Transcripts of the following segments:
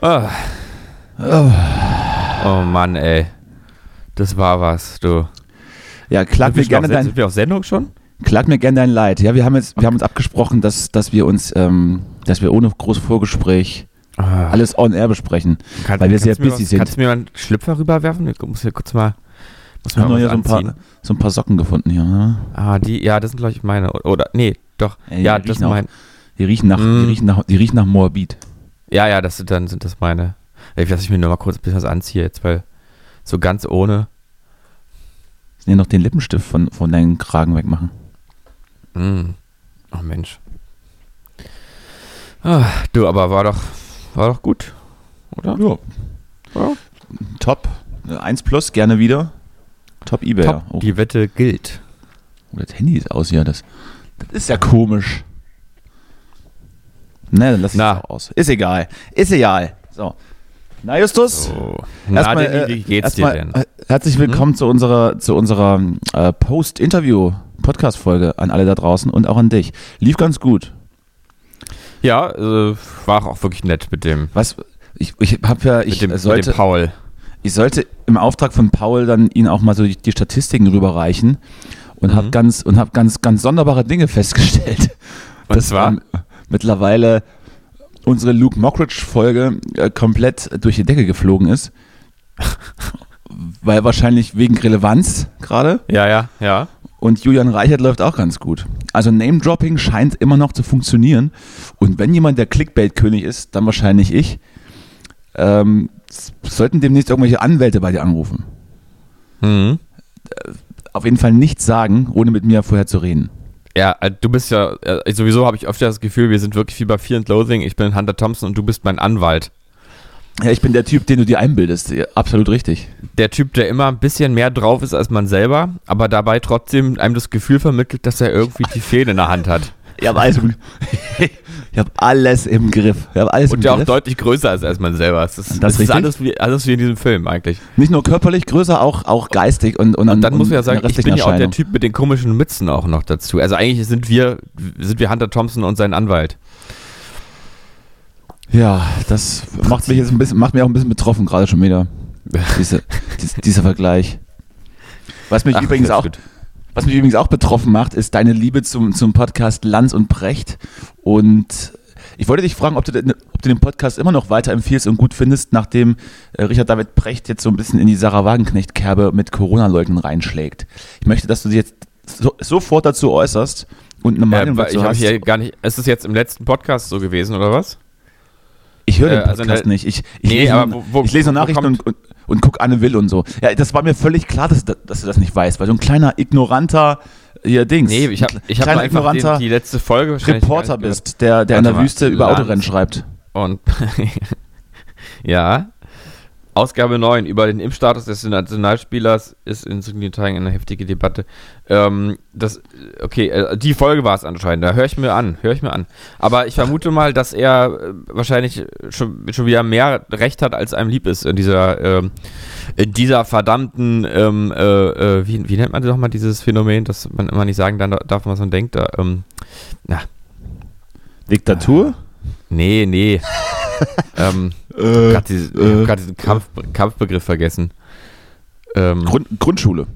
Ah. Oh Mann, ey. Das war was, du. Ja, klag Sind wir, schon mir, auf, gerne Send- dein, sind wir auf Sendung schon? klag mir gerne dein Leid. Ja, wir haben, jetzt, wir haben uns abgesprochen, dass, dass wir uns, ähm, dass wir ohne großes Vorgespräch alles on air besprechen. Kann, Ah, weil wir sehr kannst du mir busy was- sind. Kannst du mir mal einen Schlüpfer rüberwerfen? Ich muss hier kurz mal. Muss Ich habe mal nur was hier so ein, paar, ne? anziehen. so ein paar Socken gefunden hier. Ne? Ah, die, ja, das sind, glaube ich, meine. O- Oder, nee, doch. Ey, ja, die das riechen sind auch- meine. Die riechen nach, Mm. die riechen nach, die riechen nach Moabit. Ja, ja, das sind, dann sind das meine. Ey, Lass ich mir nur mal kurz ein bisschen was anziehe jetzt, weil so ganz ohne. Ich nehme noch den Lippenstift von, von deinen Kragen wegmachen. Mm. Oh Mensch. Ah, du, aber war doch, war doch gut, oder? Ja. Top. Eine 1 plus, gerne wieder. Top Ebay. Top, Oh, die Wette gilt. oh, das Handy ist aus hier. Das, das ist ja komisch. Na, dann lass ich Na. es auch aus. Ist egal. Ist egal. So. Na, Justus. Oh. Na, Erstmal, Deni, wie äh, geht's dir erstmal, denn? Mhm. äh, Herzlich willkommen zu unserer, zu unserer äh, Post-Interview-Podcast-Folge an alle da draußen und auch an dich. Lief ganz gut. Ja, äh, war auch wirklich nett mit dem, Was, ich ich habe ja, ich, mit dem, mit sollte, dem Paul. ich sollte im Auftrag von Paul dann ihn auch mal so die, die Statistiken rüberreichen und Mhm. habe ganz, und hab ganz, ganz sonderbare Dinge festgestellt. Und zwar? ähm, mittlerweile unsere Luke Mockridge-Folge äh, komplett durch die Decke geflogen ist. Weil wahrscheinlich wegen Relevanz gerade. Ja, ja, ja. Und Julian Reichert läuft auch ganz gut. Also Name-Dropping scheint immer noch zu funktionieren. Und wenn jemand der Clickbait-König ist, dann wahrscheinlich ich. Ähm, s- sollten demnächst irgendwelche Anwälte bei dir anrufen. Mhm. Auf jeden Fall nichts sagen, ohne mit mir vorher zu reden. Ja, äh, du bist ja, äh, sowieso habe ich öfter das Gefühl, wir sind wirklich wie bei Fear and Loathing. Ich bin Hunter Thompson und du bist mein Anwalt. Ja, ich bin der Typ, den du dir einbildest. Ja, Absolut richtig. Der Typ, der immer ein bisschen mehr drauf ist als man selber, aber dabei trotzdem einem das Gefühl vermittelt, dass er irgendwie die Fähne in der Hand hat. Ich habe alles, im- ich hab alles im Griff. Ich habe alles Und im der auch Griff. deutlich größer ist als man selber. Es ist, Das es ist richtig? alles, wie, alles wie in diesem Film eigentlich. Nicht nur körperlich größer, auch, auch geistig. Und, und, Und dann muss man ja sagen, in der ich bin ja auch der restlichen Typ mit den komischen Mützen auch noch dazu. Also eigentlich sind wir, sind wir Hunter Thompson und sein Anwalt. Ja, das macht mich jetzt ein bisschen, macht mich auch ein bisschen betroffen gerade schon wieder. Diese, dies, dieser Vergleich. Was mich, Ach, übrigens das ist auch, gut. was mich übrigens auch betroffen macht, ist deine Liebe zum, zum Podcast Lanz und Brecht. Und ich wollte dich fragen, ob du, den- ob du den Podcast immer noch weiterempfiehlst und gut findest, nachdem äh, Richard David Brecht jetzt so ein bisschen in die Sarah Wagenknecht-Kerbe mit Corona-Leugnen reinschlägt. Ich möchte, dass du dich jetzt so, sofort dazu äußerst und eine Äh, Meinung weil dazu ich habe hast. hier gar nicht. Ist es jetzt im letzten Podcast so gewesen oder was? Ich höre den Äh, also Podcast ne- nicht. Ich, ich, Nee, lese, aber nur- wo- wo- ich lese nur wo Nachrichten kommt- und, und, und gucke Anne Will und so. Ja, das war mir völlig klar, dass, du- dass du das nicht weißt, weil so ein kleiner ignoranter hier Dings. Nee, ich habe ein ich hab kleiner nur einfach ignoranter den, die letzte Folge wahrscheinlich gar Reporter nicht bist, der, der in Warte der mal, Wüste über Lanz. Autorennen schreibt. gehört. Und ja. Ausgabe 9 über den Impfstatus des Nationalspielers ist in den Tagen eine heftige Debatte. Ähm, das, okay, äh, die Folge war es anscheinend. Da höre ich mir an, höre ich mir an. Aber ich vermute mal, dass er äh, wahrscheinlich schon, schon wieder mehr Recht hat, als einem lieb ist in dieser, ähm, in dieser verdammten, ähm, äh, äh, wie, wie nennt man das nochmal dieses Phänomen, dass man immer nicht sagen dann darf, was man denkt. Da, ähm, na, Hm. Diktatur? Nee, nee. ähm, Äh, grad diese, ich hab grad diesen Kampf, Kampfbegriff vergessen. Ähm, Grund, Grundschule.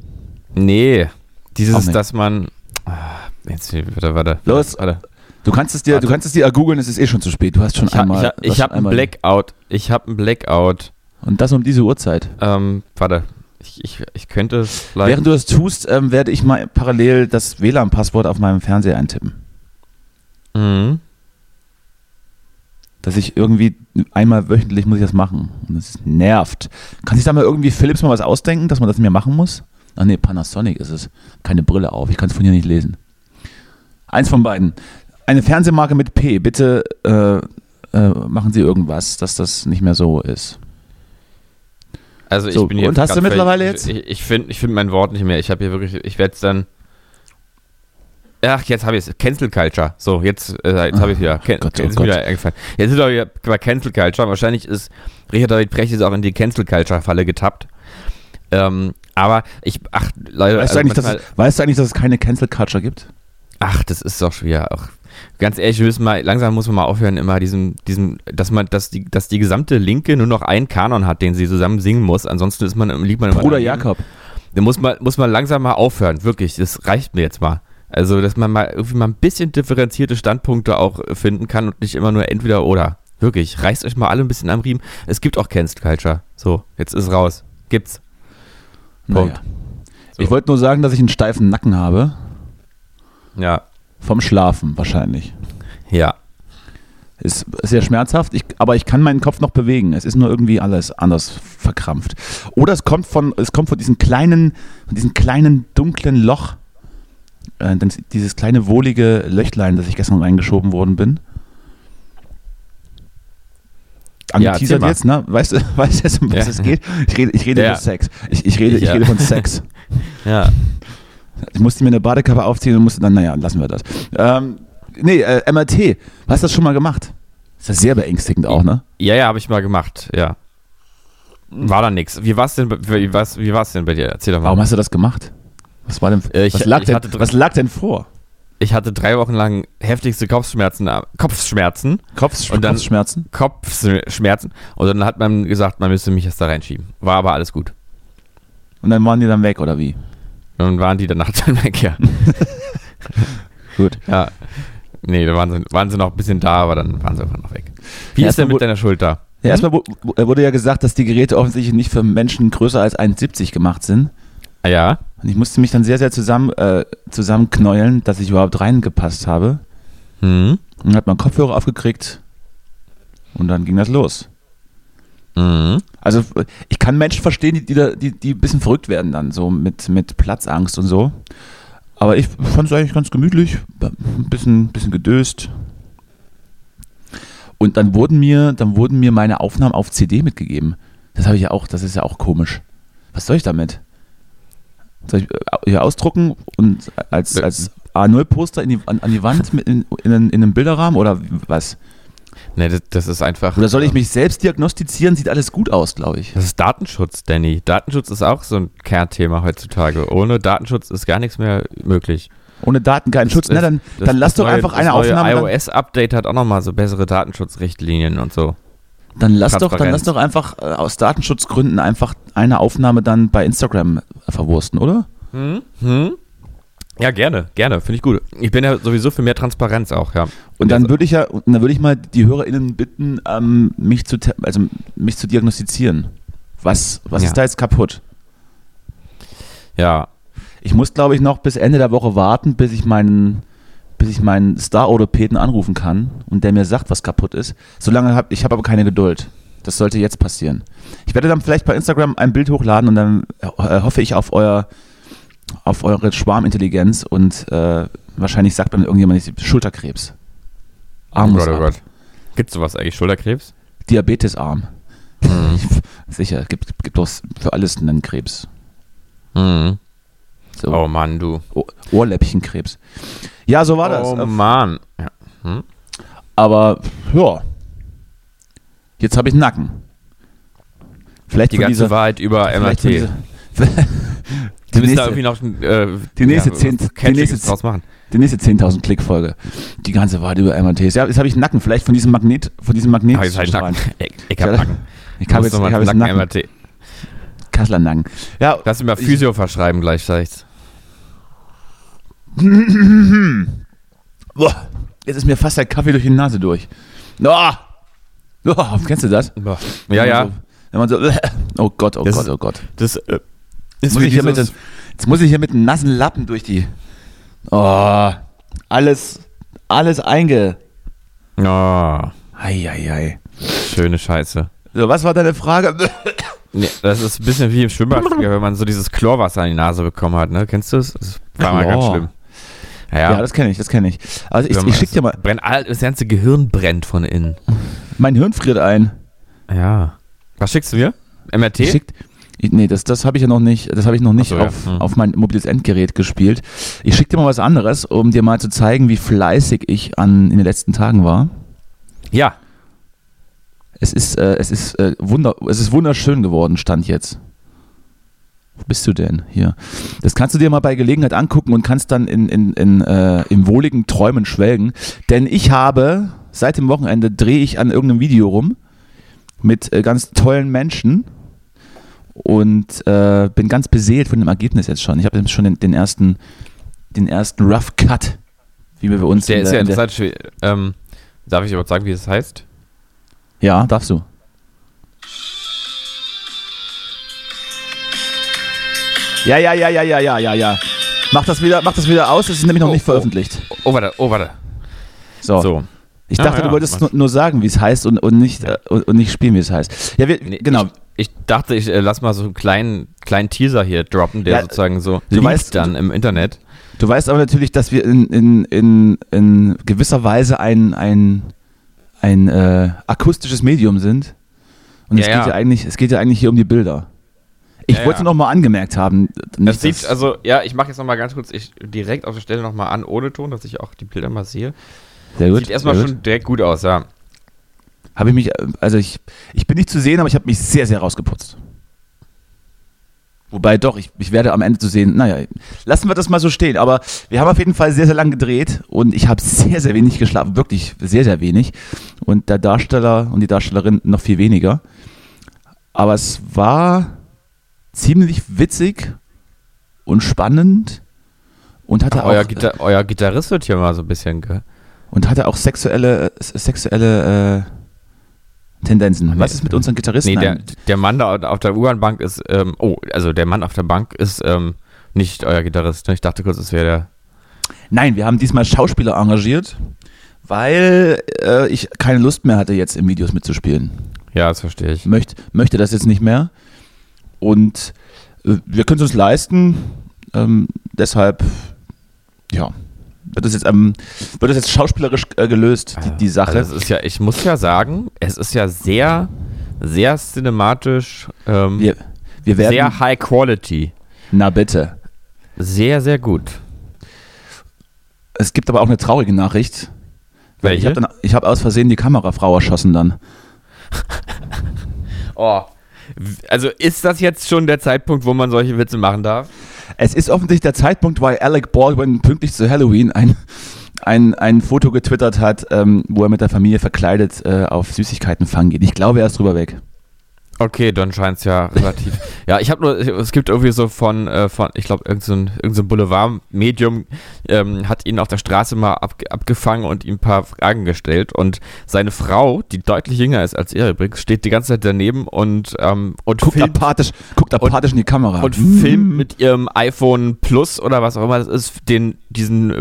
nee. Auch Dieses, nicht. dass man. Ah, Jetzt, warte, warte. Los. Warte. Du kannst es dir, du kannst es dir ergoogeln, es ist eh schon zu spät. Du hast schon Ich, hab- einmal. ich, hab- du hast ich schon habe einen einmal- Blackout. Ich habe einen Blackout. Und das um diese Uhrzeit. Ähm, warte. Ich, ich, ich könnte es vielleicht. Während du das tust, ähm, werde ich mal parallel das WLAN-Passwort auf meinem Fernseher eintippen. Mhm. dass ich irgendwie einmal wöchentlich muss ich das machen. Und das nervt. Kann sich da mal irgendwie Philips mal was ausdenken, dass man das nicht mehr machen muss? Ach nee, Panasonic ist es. Keine Brille auf. Ich kann es von hier nicht lesen. Eins von beiden. Eine Fernsehmarke mit P. Bitte äh, äh, machen Sie irgendwas, dass das nicht mehr so ist. Also ich So, bin und jetzt hast du grad mittlerweile völlig- Ich, ich finde ich find mein Wort nicht mehr. Ich habe hier wirklich, ich werde es dann. Ach, jetzt habe ich es. Cancel Culture. So, jetzt, äh, jetzt habe ich wieder. Can, Gott, oh jetzt ist mir Gott. wieder eingefallen. Jetzt sind wir wieder bei Cancel Culture. Wahrscheinlich ist Richard David Precht jetzt auch in die Cancel Culture Falle getappt. Ähm, aber ich, ach, also leider. Weißt, du, eigentlich, dass es, weißt du eigentlich, dass es keine Cancel Culture gibt? Ach, das ist doch schwer. Ach, ganz ehrlich, wir müssen mal, langsam muss man mal aufhören, immer diesem, diesem, dass man, dass die, dass die gesamte Linke nur noch einen Kanon hat, den sie zusammen singen muss. Ansonsten ist man, liegt man immer Bruder daneben. Jakob. Da muss man, muss man langsam mal aufhören, wirklich. Das reicht mir jetzt mal. Also, dass man mal irgendwie mal ein bisschen differenzierte Standpunkte auch äh, finden kann und nicht immer nur entweder oder. Wirklich, reißt euch mal alle ein bisschen am Riemen. Es gibt auch Cancel Culture. So, jetzt ist raus. Gibt's. Punkt. Naja. Ich wollte nur sagen, dass ich einen steifen Nacken habe. Ja, Vom Schlafen wahrscheinlich. ja. Ist sehr schmerzhaft, ich, aber ich kann meinen Kopf noch bewegen. Es ist nur irgendwie alles anders verkrampft. Oder es kommt von, es kommt von diesem kleinen, von diesem kleinen dunklen Loch. Äh, das- dieses kleine wohlige Löchlein, das ich gestern reingeschoben worden bin. erzähl Angeteasert mal. jetzt, ne? Weißt du, weißt du, um was Ja. es geht? Ich rede, ich rede Ja. über Sex. Ich, ich rede, Ich, ich ja. rede von Sex. Ja. Ich musste mir eine Badekappe aufziehen und musste dann, naja, lassen wir das. Ähm, nee, äh, MRT, hast du das schon mal gemacht? Ist das sehr beängstigend auch, ne? Ja, ja, habe ich mal gemacht, ja. War dann nix. Wie war's denn, bei- wie war's, wie war's denn bei dir? Erzähl doch mal. Warum hast du das gemacht? Was war denn, Äh, ich- was, lag ich denn hatte dr- was lag denn vor? Ich hatte drei Wochen lang heftigste Kopfschmerzen, am- Kopfschmerzen, Kopfsch Und dann- Kopfschmerzen? Kopfschmerzen. Und dann hat man gesagt, man müsste mich jetzt da reinschieben. War aber alles gut. Und dann waren die dann weg, oder wie? Und dann waren die danach dann weg, ja. Gut. ja. Nee, da waren sie, waren sie noch ein bisschen da, aber dann waren sie einfach noch weg. Wie Ja, ist denn erstmal mit gut- deiner Schulter? Ja, erstmal wu- wu- wurde ja gesagt, dass die Geräte offensichtlich nicht für Menschen größer als 1,70 gemacht sind. Ah, Ja, Und ich musste mich dann sehr, sehr zusammen, äh, zusammenknäueln, dass ich überhaupt reingepasst habe. hm. Und dann hat man Kopfhörer aufgekriegt. Und dann ging das los. Mhm. Also ich kann Menschen verstehen, die, die, da- die, die ein bisschen verrückt werden dann, so mit, mit Platzangst und so. Aber ich fand es eigentlich ganz gemütlich, ein bisschen, bisschen gedöst. Und dann wurden, mir, dann wurden mir meine Aufnahmen auf CD mitgegeben. Das habe ich ja auch, das ist ja auch komisch. Was soll ich damit? Soll ich äh, hier ausdrucken und als, als A0-Poster in die, an, an die Wand mit in, in, einen- in einem Bilderrahmen oder was? Nee, das, das ist einfach. Oder soll ich mich selbst diagnostizieren? Sieht alles gut aus, glaube ich. Das ist Datenschutz, Danny. Datenschutz ist auch so ein Kernthema heutzutage. Ohne Datenschutz ist gar nichts mehr möglich. Ohne Daten keinen Schutz. Das- Na, dann, das- dann lass das doch neue- einfach das eine neue Aufnahme. Dann, iOS-Update hat auch nochmal so bessere Datenschutzrichtlinien und so. dann lass doch, dann Transparenz. lass doch einfach äh, aus Datenschutzgründen einfach eine Aufnahme dann bei Instagram äh, verwursten, oder? Hm? Ja, gerne, gerne. Finde ich gut. Ich bin ja sowieso für mehr Transparenz auch, ja. Und dann würde ich ja, und dann würde ich mal die HörerInnen bitten, ähm, mich zu, te- also mich zu diagnostizieren. Was, was Ja. ist da jetzt kaputt? Ja. Ich muss, glaube ich, noch bis Ende der Woche warten, bis ich meinen, bis ich meinen Star-Orthopäden anrufen kann und der mir sagt, was kaputt ist. Solange habe ich habe aber keine Geduld. Das sollte jetzt passieren. Ich werde dann vielleicht bei Instagram ein Bild hochladen und dann äh, hoffe ich auf euer, auf eure Schwarmintelligenz und äh, wahrscheinlich sagt dann irgendjemand nicht Schulterkrebs, Oh Arm muss ab. Gibt es sowas eigentlich? Schulterkrebs? Diabetesarm. Sicher, gibt gibt doch für alles einen Krebs. Mhm. So. Oh Mann, du. Oh- Ohrläppchenkrebs. Ja, so war das. Ähm, Oh Auf- Mann. Ja. Aber ja, jetzt habe ich einen Nacken. Vielleicht Die von ganze dieser, Wahrheit über vielleicht MRT. von dieser- Du die, müssen da nächste, irgendwie noch ein, äh, Die nächste ja, zehn- was die Catchiges nächste- draus machen. die nächste 10.000 Klick Folge. Die ganze Wahrheit über MRT. Ja, jetzt habe ich einen Nacken. Vielleicht von diesem Magnet, von diesem Magnet. Ah, jetzt hab ich Nacken. Ich, ich hab Ja, Nacken. Ich habe jetzt, ich hab jetzt einen Nacken. MRT. Kasseler Nacken. Ja, Lass ihn mal Ich- Physio verschreiben gleich, sag ich's. boah, jetzt ist mir fast der Kaffee durch die Nase durch. Oh, oh, kennst du das? Ja, Wenn man ja. So, wenn man so, oh Gott, oh Das Gott, ist- oh Gott. Das äh, ist Muss wie ich hier mit, dieses- den- jetzt muss ich hier mit einem nassen Lappen durch die. Oh, alles, alles einge. Ja. Eieiei. Ah, Schöne Scheiße. So, was war deine Frage? Nee, das ist ein bisschen wie im Schwimmbad, früher, wenn man so dieses Chlorwasser in die Nase bekommen hat, ne? Kennst du das? Das war mal ganz Chlor. schlimm. Ja, Naja, das kenne ich, das kenne ich. Also ich, wenn man- ich schicke dir mal, Brennt, all- das ganze Gehirn brennt von innen. mein Hirn friert ein. Ja. Was schickst du mir? MRT? Ich schick, ich, nee, das, das habe ich ja noch nicht, das habe ich noch nicht Ach so, ja. auf, Hm. auf mein mobiles Endgerät gespielt. Ich schicke dir mal was anderes, um dir mal zu zeigen, wie fleißig ich an, in den letzten Tagen war. ja. Es ist, äh, es ist, äh, wunder, es ist wunderschön geworden, stand jetzt. Wo bist du denn? Hier. Das kannst du dir mal bei Gelegenheit angucken und kannst dann in, in, in, äh, im wohligen Träumen schwelgen. Denn ich habe, seit dem Wochenende drehe ich an irgendeinem Video rum mit äh, ganz tollen Menschen und äh, bin ganz beseelt von dem Ergebnis jetzt schon. Ich habe jetzt schon den, den ersten, den ersten Rough Cut, wie wir bei uns Der in ist ja in der, interessant. schw- Ähm, darf ich überhaupt sagen, wie das heißt? Ja, darfst du. Ja, ja, ja, ja, ja, ja, ja, ja. Mach das wieder, mach das wieder aus, es ist nämlich noch Oh, nicht oh. veröffentlicht. Oh, warte, oh, warte. So. So. Ich Ja, dachte, ja, du wolltest mach. nur, nur sagen, wie es heißt und, und, nicht, äh, und, und nicht spielen, wie es heißt. Ja, wir, Nee, genau. Ich, ich dachte, ich äh, lass mal so einen kleinen, kleinen Teaser hier droppen, der Ja, sozusagen so du liegt weißt- dann im Internet. Du weißt aber natürlich, dass wir in, in, in, in gewisser Weise ein, ein, ein äh, akustisches Medium sind. Und es, Ja, geht ja. ja. eigentlich, es geht ja eigentlich hier um die Bilder. Ich Ja, wollte ja. noch mal angemerkt haben. Das nicht, sieht, dass- also, ja, ich mache jetzt nochmal ganz kurz ich, direkt auf der Stelle nochmal an, ohne Ton, dass ich auch die Bilder mal sehe. sehr gut, Sieht erstmal sehr gut. schon direkt gut aus, ja. Habe ich mich, also ich, ich bin nicht zu sehen, aber ich habe mich sehr, sehr rausgeputzt. Wobei doch, ich, ich werde am Ende zu sehen, naja, lassen wir das mal so stehen. Aber wir haben auf jeden Fall sehr, sehr lang gedreht und ich habe sehr, sehr wenig geschlafen, wirklich sehr, sehr wenig. Und der Darsteller und die Darstellerin noch viel weniger. Aber es war ziemlich witzig und spannend und hatte, euer, auch, äh, Gita euer Gitarrist wird hier mal so ein bisschen, gell? und hatte auch sexuelle, äh, sexuelle äh, Tendenzen. Was ist mit unseren Gitarristen? Nee, der, eigentlich? der Mann da auf der U-Bahn-Bank ist, ähm, oh, also der Mann auf der Bank ist ähm, nicht euer Gitarrist. ne? Ich dachte kurz, es wäre der. Nein, wir haben diesmal Schauspieler engagiert, weil äh, ich keine Lust mehr hatte, jetzt in Videos mitzuspielen. Ja, das verstehe ich. Möcht, möchte das jetzt nicht mehr. Und äh, wir können es uns leisten. Ähm, deshalb, ja, wird das jetzt, ähm, wird das jetzt schauspielerisch äh, gelöst, die, die Sache. Also es ist ja, ich muss ja sagen, es ist ja sehr, sehr cinematisch, ähm, wir, wir werden. sehr high quality. na bitte. Sehr, sehr gut. Es gibt aber auch eine traurige Nachricht. Weil ich Welche? habe hab aus Versehen die Kamerafrau erschossen dann. Oh. W- Also ist das jetzt schon der Zeitpunkt, wo man solche Witze machen darf? Es ist offensichtlich der Zeitpunkt, weil Alec Baldwin pünktlich zu Halloween ein, ein, ein Foto getwittert hat, ähm, wo er mit der Familie verkleidet äh, auf Süßigkeitenfang geht. Ich glaube, er ist drüber weg. Okay, dann scheint es ja relativ. ja, ich habe nur, es gibt irgendwie so von, äh, von ich glaube, irgendein so ein- irgend so ein Boulevard-Medium ähm, hat ihn auf der Straße mal ab, abgefangen und ihm ein paar Fragen gestellt. Und seine Frau, die deutlich jünger ist als er übrigens, steht die ganze Zeit daneben und, ähm, und Guckt filmt apathisch, guckt apathisch in die Kamera. und Hm. filmt mit ihrem iPhone Plus oder was auch immer das ist, den, diesen äh,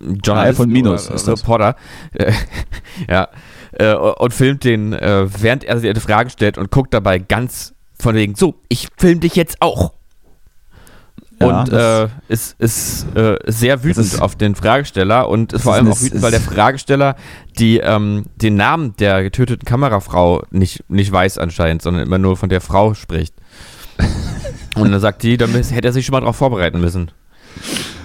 Journalisten iPhone Minus oder, ist äh, das. Reporter. Äh, ja. Äh, und filmt den, äh, während er die Fragen stellt und guckt dabei ganz von wegen, so, ich film dich jetzt auch. Ja, und äh, das- ist, ist äh, sehr wütend ist- auf den Fragesteller und ist vor ist allem eine- auch wütend, es weil der ist- Fragesteller die, ähm, den Namen der getöteten Kamerafrau nicht, nicht weiß anscheinend, sondern immer nur von der Frau spricht. Und dann sagt die, dann müß- hätte er sich schon mal darauf vorbereiten müssen.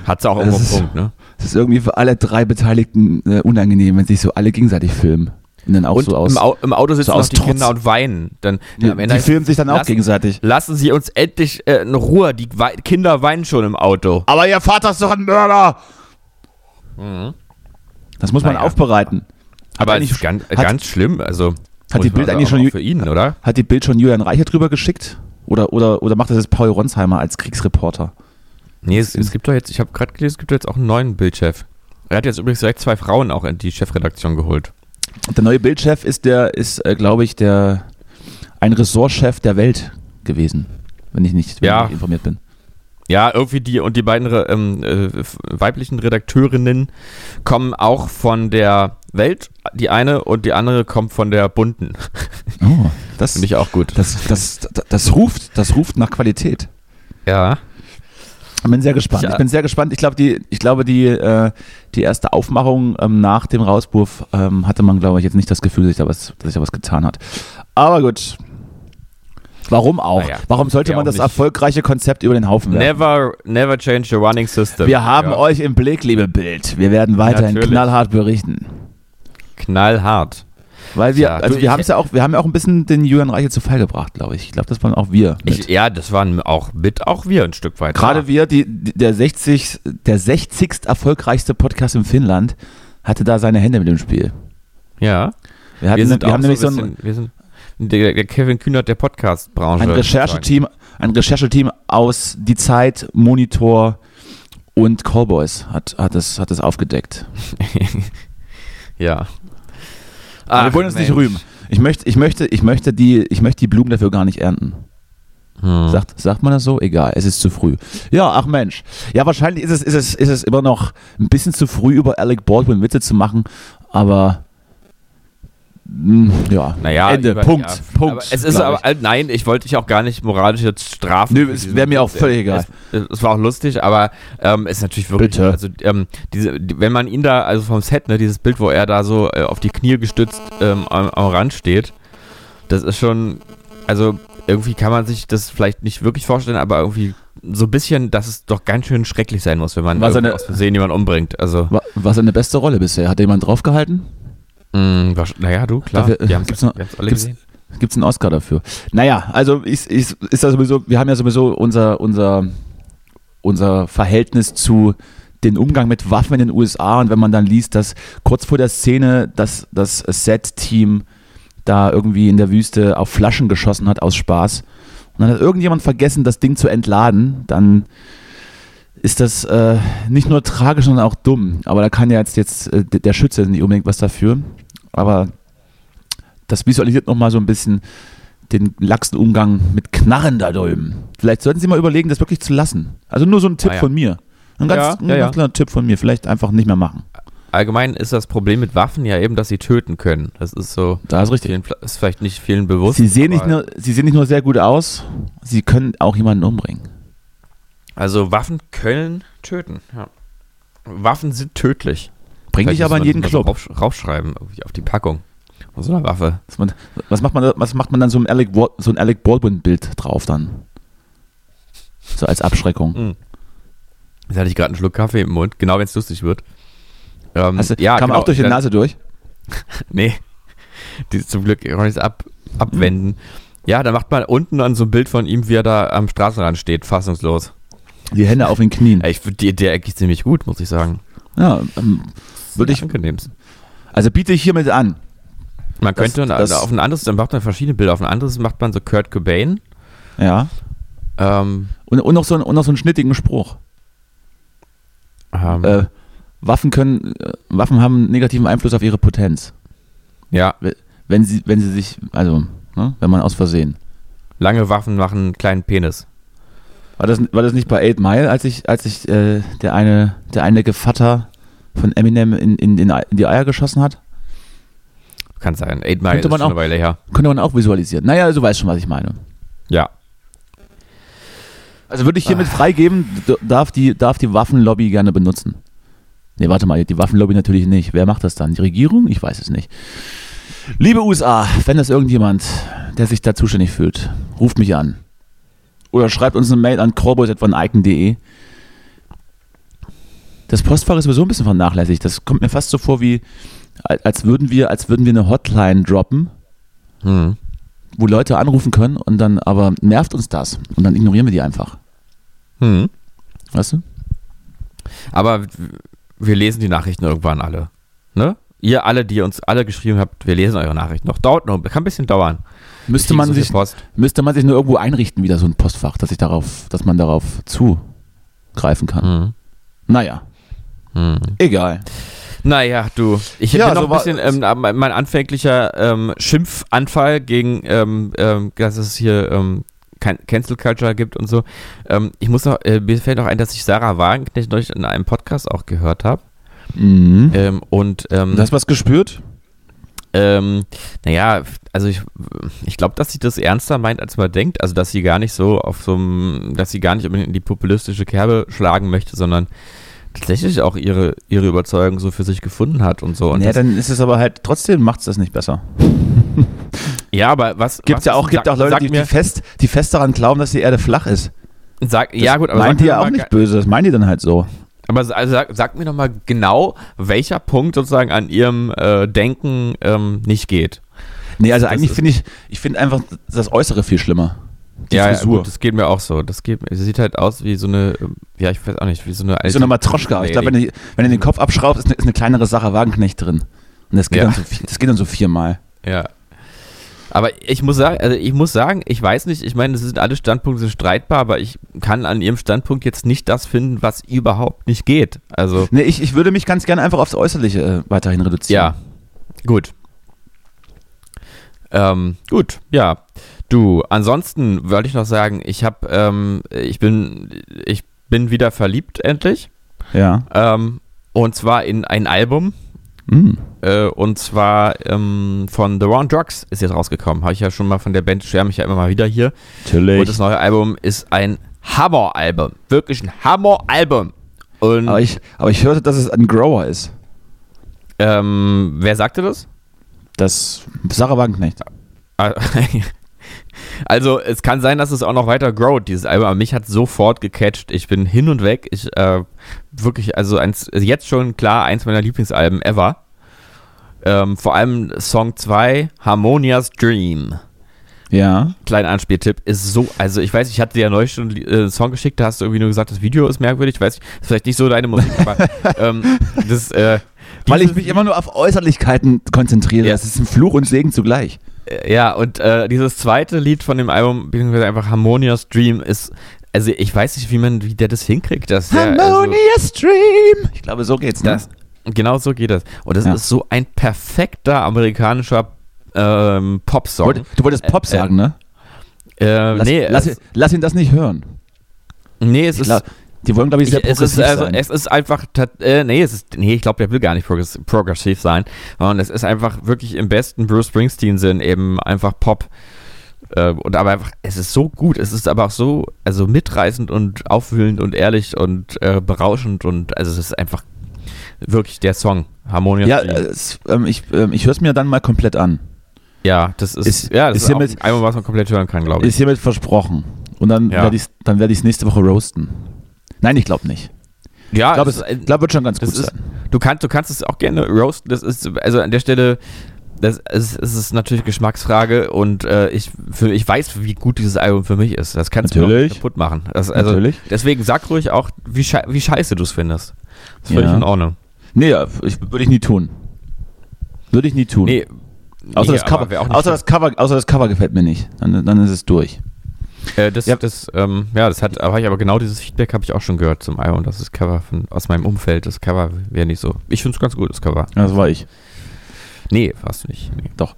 Hat sie auch irgendwo einen ist- Punkt, ne? Das ist irgendwie für alle drei Beteiligten äh, unangenehm, wenn sich so alle gegenseitig filmen. Und dann auch Und so aus. im, Au im Auto sitzen so noch aus die Trotz. Kinder und weinen. Dann, die, am Ende die filmen sich dann auch lassen- gegenseitig. Lassen Sie uns endlich äh, in Ruhe. Die Wei Kinder weinen schon im Auto. Aber ihr Vater ist doch ein Mörder! Das muss man Naja. aufbereiten. Hat Aber eigentlich- es ist ganz, hat- ganz schlimm. Also hat die muss man Bild eigentlich sagen, schon- auch für ihn, oder? Hat die Bild schon Julian Reichert drüber geschickt? Oder, oder, oder macht das jetzt Paul Ronsheimer als Kriegsreporter? Nee, es, es gibt doch jetzt, ich habe gerade gelesen, es gibt doch jetzt auch einen neuen Bildchef. Er hat jetzt übrigens direkt zwei Frauen auch in die Chefredaktion geholt. Der neue Bildchef ist der, ist, äh, glaube ich, der ein Ressortchef der Welt gewesen, wenn ich nicht wenn Ja. ich informiert bin. Ja, irgendwie die und die beiden Re- ähm, äh, weiblichen Redakteurinnen kommen auch von der Welt, die eine und die andere kommt von der bunten. Oh, das, Finde ich auch gut. das, das, das, das, ruft, das ruft nach Qualität. Ja. Ich bin sehr gespannt. Ja. Ich bin sehr gespannt. Ich glaube, die, ich glaube, die, äh, die erste Aufmachung ähm, nach dem Rauswurf ähm, hatte man, glaube ich, jetzt nicht das Gefühl, dass sich da was, dass sich da was getan hat. Aber gut. Warum auch? Naja, Warum sollte wir man auch das nicht. erfolgreiche Konzept über den Haufen werfen? Never, never change the running system. Wir haben ja. euch im Blick, liebe Bild. Wir werden weiterhin Natürlich. knallhart berichten. knallhart. Weil wir, Ja, also du, wir ich- haben es ja auch, wir haben ja auch ein bisschen den Julian Reichel zu Fall gebracht, glaube ich. Ich glaube, das waren auch wir. mit. Ich, ja, das waren auch mit auch wir ein Stück weit. Gerade ja. wir, die, die- der 60, der 60. erfolgreichste Podcast in Finnland, hatte da seine Hände mit dem Spiel. Ja. Wir, hatten, Wir sind wir auch haben so ein nämlich so bisschen, ein, wir sind der, der Kevin Kühnert der Podcast-Branche. ein Rechercheteam, ein Rechercheteam aus Die Zeit, Monitor und Callboys hat, hat, es, hat es aufgedeckt. ja. Aber Ach, wir wollen uns nicht Mensch. rühmen. Ich möchte, ich, möchte, ich, möchte die, ich möchte die Blumen dafür gar nicht ernten. Hm. Sagt, sagt man das so? Egal, es ist zu früh. Ja, ach Mensch. Ja, wahrscheinlich ist es, ist es, ist es immer noch ein bisschen zu früh, über Alec Baldwin Witze zu machen, aber mh, ja, Naja, Ende, über- Punkt, ja. Punkt. Aber es ist glaub aber, äh, nein, ich wollte dich auch gar nicht moralisch jetzt strafen. Nö, für es diesen- wär mir auch völlig egal. Es, es war auch lustig, aber ähm, es ist natürlich wirklich, Bitte. also ähm, diese, die, wenn man ihn da, also vom Set, ne, dieses Bild, wo er da so äh, auf die Knie gestützt ähm, am, am Rand steht, das ist schon, also irgendwie kann man sich das vielleicht nicht wirklich vorstellen, aber irgendwie so ein bisschen, dass es doch ganz schön schrecklich sein muss, wenn man War seine- irgendwie aus Versehen jemanden umbringt. Also, Wa- Was seine beste Rolle bisher? Hat da jemand draufgehalten? mh, wahrsch- mm, naja, du, klar, Dafür, äh, wir haben es gibt's noch- alle gibt's- gesehen. Gibt es einen Oscar dafür? Naja, also ist, ist, ist das sowieso, wir haben ja sowieso unser, unser, unser Verhältnis zu den Umgang mit Waffen in den USA und wenn man dann liest, dass kurz vor der Szene das, das Set-Team da irgendwie in der Wüste auf Flaschen geschossen hat aus Spaß und dann hat irgendjemand vergessen, das Ding zu entladen, dann ist das äh, nicht nur tragisch, sondern auch dumm. Aber da kann ja jetzt, jetzt äh, der Schütze nicht unbedingt was dafür. Aber das visualisiert nochmal so ein bisschen den laxen Umgang mit Knarren da drüben. Vielleicht sollten Sie mal überlegen, das wirklich zu lassen. Also nur so ein Tipp Ah ja. von mir. Ein ganz, Ja, ein ja, ganz ja. kleiner Tipp von mir. Vielleicht einfach nicht mehr machen. Allgemein ist das Problem mit Waffen ja eben, dass sie töten können. Das ist so, Da ist richtig. vielen, ist vielleicht nicht vielen bewusst. Sie sehen, nicht aber- nur, sie sehen nicht nur sehr gut aus, sie können auch jemanden umbringen. Also Waffen können töten. Ja. Waffen sind tödlich. Bring dich Vielleicht aber in muss jeden man das mal Club. so Rauf, raufschreiben irgendwie auf die Packung. Von so einer Waffe. Was, man, was, macht man, da- was macht man dann so ein Alec, Wa- so ein Alec Baldwin-Bild drauf dann? So als Mhm. Abschreckung. Jetzt hatte ich gerade einen Schluck Kaffee im Mund, genau wenn es lustig wird. Ähm, Hast du, Also, kam genau, auch durch die dann- Nase durch? Nee. Die ist zum Glück kann ich es ab, abwenden. Ja, da macht man unten dann so ein Bild von ihm, wie er da am Straßenrand steht, fassungslos. Die Hände auf den Knien. Ey, Ich, die, der ergeht ziemlich gut, muss ich sagen. Ja, ähm, würde ich, angenehm. also biete ich hiermit an. Man Das- könnte das- auf ein anderes, dann macht man verschiedene Bilder. Auf ein anderes macht man so Kurt Cobain. Ja. Ähm, Und, und, noch, so, einen- und noch so einen schnittigen Spruch. ähm, Äh, Waffen können, äh, Waffen haben einen negativen Einfluss auf ihre Potenz. ja, Wenn sie, wenn sie sich, also, ne, wenn man aus Versehen. lange Waffen machen einen kleinen Penis. War das, war das nicht bei Eight Mile, als ich, als ich äh, der eine, der eine Gevatter von Eminem in, in, in die Eier geschossen hat? Kann sein. Eight Mile ist Könnte schon man eine auch- Weile her. Könnte man auch visualisieren. Naja, also weißt schon, was ich meine. Ja. Also würde ich hiermit freigeben, d- darf die, darf die Waffenlobby gerne benutzen. Nee, warte mal, die Waffenlobby natürlich nicht. Wer macht das dann? Die Regierung? Ich weiß es nicht. Liebe USA, wenn das irgendjemand, der sich da zuständig fühlt, ruft mich an. Oder schreibt uns eine Mail an corboys.eiken.de. Das Postfach ist sowieso ein bisschen vernachlässigt. Das kommt mir fast so vor, wie al- als würden wir, als würden wir eine Hotline droppen, Hm. wo Leute anrufen können und dann aber nervt uns das. Und dann ignorieren wir die einfach. Hm. Weißt du? Aber w- wir lesen die Nachrichten irgendwann alle. Ne? Ihr alle, die uns alle geschrieben habt, wir lesen eure Nachrichten noch. Dauert noch, kann ein bisschen dauern. Wir Müsste kriegen man, so viel sich, Post. müsste man sich nur irgendwo einrichten, wieder so ein Postfach, dass, ich darauf, dass man darauf zugreifen kann. Hm. Naja, Hm. egal. Naja, du. Ich hätte Ja, noch so ein war- bisschen ähm, mein mein anfänglicher ähm, Schimpfanfall gegen, ähm, ähm, dass es hier ähm, kein Cancel Culture gibt und so. Ähm, ich muss noch, äh, mir fällt noch ein, dass ich Sarah Wagenknecht neulich in einem Podcast auch gehört habe. Mhm. Ähm, und ähm, Du hast was gespürt? ähm, naja, also ich, ich glaube, dass sie das ernster meint, als man denkt. Also, dass sie gar nicht so auf so einem, dass sie gar nicht unbedingt in die populistische Kerbe schlagen möchte, sondern tatsächlich auch ihre, ihre Überzeugung so für sich gefunden hat und so. Und ja, das, dann ist es aber halt, trotzdem macht es das nicht besser. ja aber was. Gibt was ja auch, ist- gibt sag- auch Leute, sag die, die, mir, fest, die fest daran glauben, dass die Erde flach ist. sag, ja, gut, aber. meint sag ihr mir ja auch mal- nicht böse, das meint ihr dann halt so. Aber sa- also sag, sag mir doch mal genau, welcher Punkt sozusagen an ihrem äh, Denken ähm, nicht geht. Nee, also Das eigentlich ist- finde ich, ich finde einfach das Äußere viel schlimmer. Die Frisur. gut, das geht mir auch so. Das geht, sie sieht halt aus wie so eine, ähm, ja, ich weiß auch nicht, wie so eine alte. Wie so eine Matroschka. Ich glaube, wenn, du- wenn du den Kopf abschraubst, ist eine, ist eine kleinere Sache Wagenknecht drin. Und das geht, Ja. dann, so, vi- das geht dann so viermal. Ja. Aber ich muss sagen, also ich muss sagen, ich weiß nicht, ich meine, es sind alle Standpunkte sind streitbar, aber ich kann an ihrem Standpunkt jetzt nicht das finden, was überhaupt nicht geht. Also, Nee, ich, ich würde mich ganz gerne einfach aufs Äußerliche äh, weiterhin ja. reduzieren. Gut. Ähm, gut, ja. Du, ansonsten wollte ich noch sagen, ich habe, ähm, ich bin, ich bin wieder verliebt endlich. Ja. Ja. Ähm, und zwar in ein Album. Hm. Äh, und zwar ähm, von The Round Drugs ist jetzt rausgekommen. Habe ich ja schon mal von der Band, schwärme ich ja immer mal wieder hier. Und das Natürlich. neue Album ist ein Hammer-Album. Wirklich ein Hammer-Album. Und Aber ich, aber ich hörte, dass es ein Grower ist. ähm, wer sagte das? Das Sarah Wagenknecht. Ah, Also es kann sein, dass es auch noch weiter growt, dieses Album. Aber mich hat sofort gecatcht. Ich bin hin und weg. Ich äh, wirklich, also eins, also jetzt schon klar eins meiner Lieblingsalben ever. Ähm, vor allem Song 2, Harmonia's Dream. Ja. Kleiner Anspieltipp ist so, also ich weiß, ich hatte dir ja neulich schon äh, einen Song geschickt, da hast du irgendwie nur gesagt, das Video ist merkwürdig, ich weiß ich, ist vielleicht nicht so deine Musik, aber ähm, das, äh, Weil ich dieses- mich immer nur auf Äußerlichkeiten konzentriere. Ja. Das ist ein Fluch und Segen zugleich. ja, und äh, dieses zweite Lied von dem Album, beziehungsweise einfach Harmonious Dream ist, also ich weiß nicht, wie man, wie der das hinkriegt, dass der, also, Dream. Ich glaube, so geht's. Ne? das, genau so geht das. Und das Ja. ist so ein perfekter amerikanischer ähm, Popsong. Wollt- Du wolltest Pop Äh, sagen, ne? äh, Lass, nee, lass, es, lass ihn das nicht hören. nee, es ist, Klar, die wollen, glaube ich, sehr Ich- es ist, progressiv also, sein. es ist einfach, tat- äh, nee, es ist, nee, ich glaube, der will gar nicht progress, progressiv sein, sondern es ist einfach wirklich im besten Bruce Springsteen-Sinn eben einfach Pop. Äh, und aber einfach, es ist so gut, es ist aber auch so, also mitreißend und aufwühlend und ehrlich und äh, berauschend und also es ist einfach wirklich der Song. Harmonious. ja, Dream. äh, es, ähm, ich, ähm, ich höre es mir dann mal komplett an. ja, das ist, ist- ja, das ist ist, auch hiermit- ein Album, was man komplett hören kann, glaube ich. Ist hiermit versprochen. Und dann Ja. werde ich es nächste Woche roasten. Nein, ich glaube nicht. ja, Ich glaube, Ah, es es- ist ein- glaub, wird schon ganz gut Das ist, sein. du, kannst, du kannst es auch gerne roasten. Das ist, also an der Stelle, das ist, es ist natürlich Geschmacksfrage und äh, ich, für, ich weiß, wie gut dieses Album für mich ist. Das kannst du mir auch Natürlich. nicht kaputt machen. Das, also, Natürlich. Deswegen sag ruhig auch, wie, schei wie scheiße du es findest. Das ist Ja. völlig in Ordnung. Nee, ja, ich, würde ich nie tun. Würde ich nie tun. Nee, außer, nee, das aber wär Cover, auch nicht außer, das Cover, außer das Cover gefällt mir nicht. Dann, dann ist es durch. Äh, das, Ja. das, ähm, ja, das hat, aber ich aber genau dieses Feedback habe ich auch schon gehört zum Album. Das ist Cover von, aus meinem Umfeld. Das Cover wäre nicht so. Ich finde es ganz gut, das Cover. Das war ich. Nee, warst du nicht. Nee. Doch.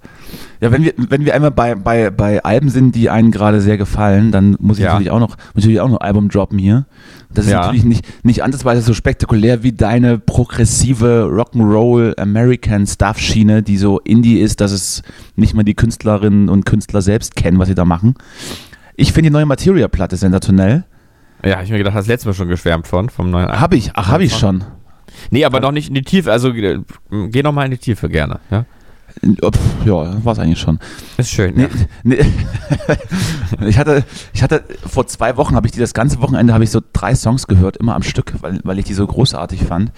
Ja, wenn wir, wenn wir einmal bei, bei, bei Alben sind, die einen gerade sehr gefallen, dann muss ich Ja. natürlich auch noch natürlich auch noch ein Album droppen hier. Das ist Ja. natürlich nicht, nicht ansatzweise so spektakulär wie deine progressive Rock'n'Roll American Stuff Schiene, die so Indie ist, dass es nicht mal die Künstlerinnen und Künstler selbst kennen, was sie da machen. Ich finde die neue Materia Platte sensationell. Ja, hab ich mir gedacht, hast letztes Mal schon geschwärmt von, vom neuen Habe ich, ach, habe ich schon. Nee, aber noch nicht in die Tiefe. Also äh, geh noch mal in die Tiefe gerne. Ja, Pff, Äh, Ja, war's eigentlich schon. ist schön. Nee, nee. ich hatte, ich hatte vor zwei Wochen habe ich die das ganze Wochenende habe ich so drei Songs gehört, immer am Stück, weil, weil ich die so großartig fand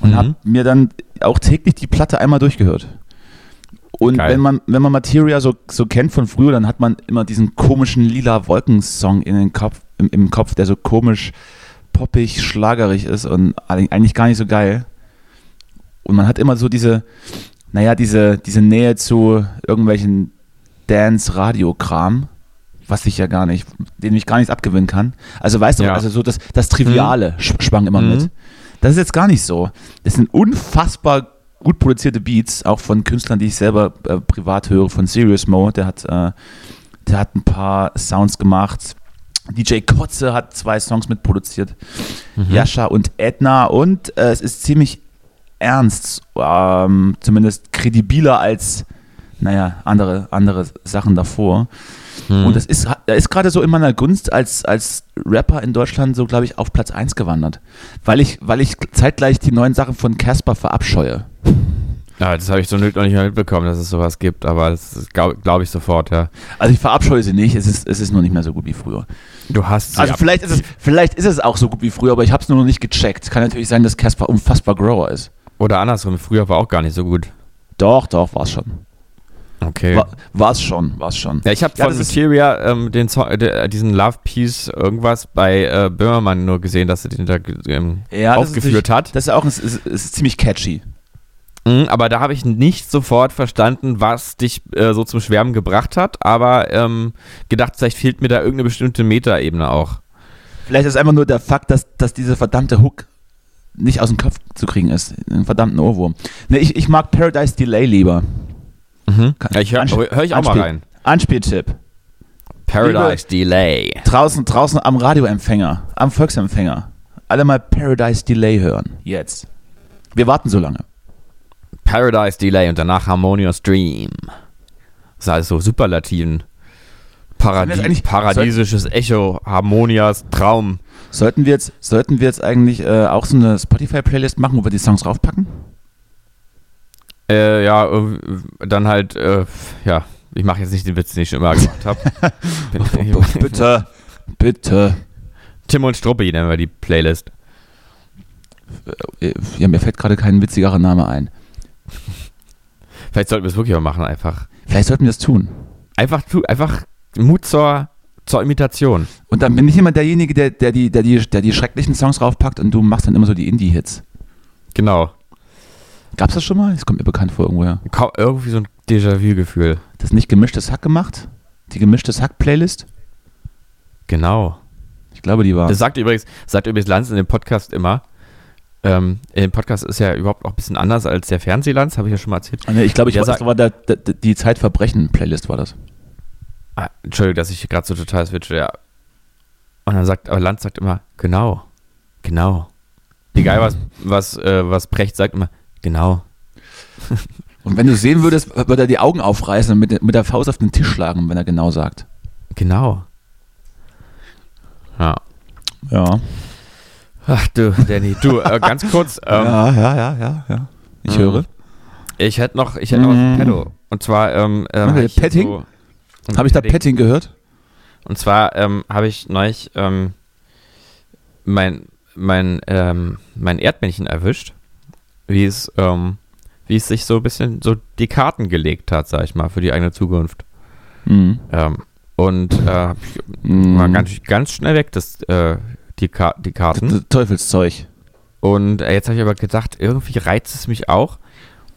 und Mhm. habe mir dann auch täglich die Platte einmal durchgehört. Und Geil. wenn man, wenn man Materia so, so kennt von früher, dann hat man immer diesen komischen lila Wolkensong in den Kopf, im, im Kopf, der so komisch poppig, schlagerig ist und eigentlich gar nicht so geil. Und man hat immer so diese, naja, diese, diese Nähe zu irgendwelchen Dance-Radio-Kram, was ich ja gar nicht, dem ich gar nichts abgewinnen kann. Also weißt du, Ja. also so das, das Triviale sch- schwang immer Mhm. mit. Das ist jetzt gar nicht so. Das sind unfassbar gut produzierte Beats, auch von Künstlern, die ich selber äh, privat höre, von Serious Mo, der hat äh, Der hat ein paar Sounds gemacht. DJ Kotze hat zwei Songs mitproduziert. Mhm. Jascha und Edna. Und äh, es ist ziemlich ernst, ähm, zumindest kredibiler als, naja, andere, andere Sachen davor. Mhm. Und das ist, er ist gerade so in meiner Gunst als, als Rapper in Deutschland so, glaube ich, auf Platz 1 gewandert. Weil ich, weil ich zeitgleich die neuen Sachen von Casper verabscheue. Ja, Ah, das habe ich so noch nicht mal mitbekommen, dass es sowas gibt, aber das glaube glaub ich sofort, ja. Also ich verabscheue sie nicht, es ist, es ist nur nicht mehr so gut wie früher. Du hast sie Also ab- vielleicht ist, es, vielleicht ist es auch so gut wie früher, aber ich habe es nur noch nicht gecheckt. Kann natürlich sein, dass Casper unfassbar Grower ist. Oder andersrum, früher war auch gar nicht so gut. Doch, doch, war's schon. Okay. War, war's schon, war's schon. ja, ich habe Ja, von das ist- Materia ähm, den Song, äh, der- diesen Love Piece irgendwas bei äh, Böhmermann nur gesehen, dass er den da ähm, Ja, das ist aufgeführt natürlich- hat. Das ist auch ein, es ist, es ist ziemlich catchy. Mhm, aber da habe ich nicht sofort verstanden, was dich äh, so zum Schwärmen gebracht hat, aber ähm, gedacht, vielleicht fehlt mir da irgendeine bestimmte Metaebene auch. Vielleicht ist einfach nur der Fakt, dass, dass dieser verdammte Hook nicht aus dem Kopf zu kriegen ist. Einen verdammten Ohrwurm. Ne, ich, ich mag Paradise Delay lieber. Mhm. Kann- Ja, ich höre Anspiel- hör ich auch Anspiel- mal rein. Anspieltipp. Paradise Delay. Draußen, draußen am Radioempfänger, am Volksempfänger. Alle mal Paradise Delay hören. Jetzt. Wir warten so lange. Paradise Delay und danach Harmonious Dream. Das ist alles so Superlativen. Sollen wir das Paradie eigentlich- paradiesisches Echo, Harmonias Traum. Sollten wir jetzt, sollten wir jetzt eigentlich äh, auch so eine Spotify-Playlist machen, wo wir die Songs raufpacken? Äh, ja, äh, dann halt, äh, ja, ich mache jetzt nicht den Witz, den ich schon immer gemacht habe. bitte, bitte. Tim und Struppi nennen wir die Playlist. Äh, Ja, mir fällt gerade kein witzigerer Name ein. Vielleicht sollten wir es wirklich mal machen, einfach. Vielleicht sollten wir das tun. Einfach, tu- einfach Mut zur, zur Imitation. Und dann bin ich immer derjenige, der, der, die, der, die, der die schrecklichen Songs raufpackt und du machst dann immer so die Indie-Hits. Genau. Gab's das schon mal? Das kommt mir bekannt vor irgendwoher. Ka- Irgendwie so ein Déjà-vu-Gefühl. Das nicht gemischtes Hack gemacht? Die gemischtes Hack-Playlist? Genau. Ich glaube, die war. Das sagt übrigens, sagt übrigens Lanz in dem Podcast immer. Ähm, in dem Podcast ist ja überhaupt auch ein bisschen anders als der Fernsehlanz, habe ich ja schon mal erzählt. Ah, nee, ich glaube, ich Der war, sagt- das war der, der, die Zeitverbrechen-Playlist war das. Ah, Entschuldigung, dass ich gerade so total switche, ja. Und dann sagt, aber Lanz sagt immer, genau, genau. Egal was, was, äh, was Brecht sagt, immer, genau. Und wenn du sehen würdest, würde er die Augen aufreißen und mit, der- mit der Faust auf den Tisch schlagen, wenn er genau sagt. Genau. Ja. Ja. Ach du, Danny, du, äh, ganz kurz, ähm, ja, ja, ja, ja, ja. Ich Mhm. höre. ich hätte noch, ich hätte noch was im Petto. Und zwar, ähm, ähm, Warte, hab ich hier Mhm. Petting? so- Habe ich da Petting gehört? Und zwar ähm, habe ich neulich ähm, mein, mein, ähm, mein Erdmännchen erwischt, wie es, ähm, wie es sich so ein bisschen so die Karten gelegt hat, sag ich mal, für die eigene Zukunft. Mhm. Ähm, und äh, hab ich- Mhm. war ganz, ganz schnell weg, das, äh, die, Ka die Karten. T- Teufelszeug. Und äh, jetzt habe ich aber gedacht, irgendwie reizt es mich auch.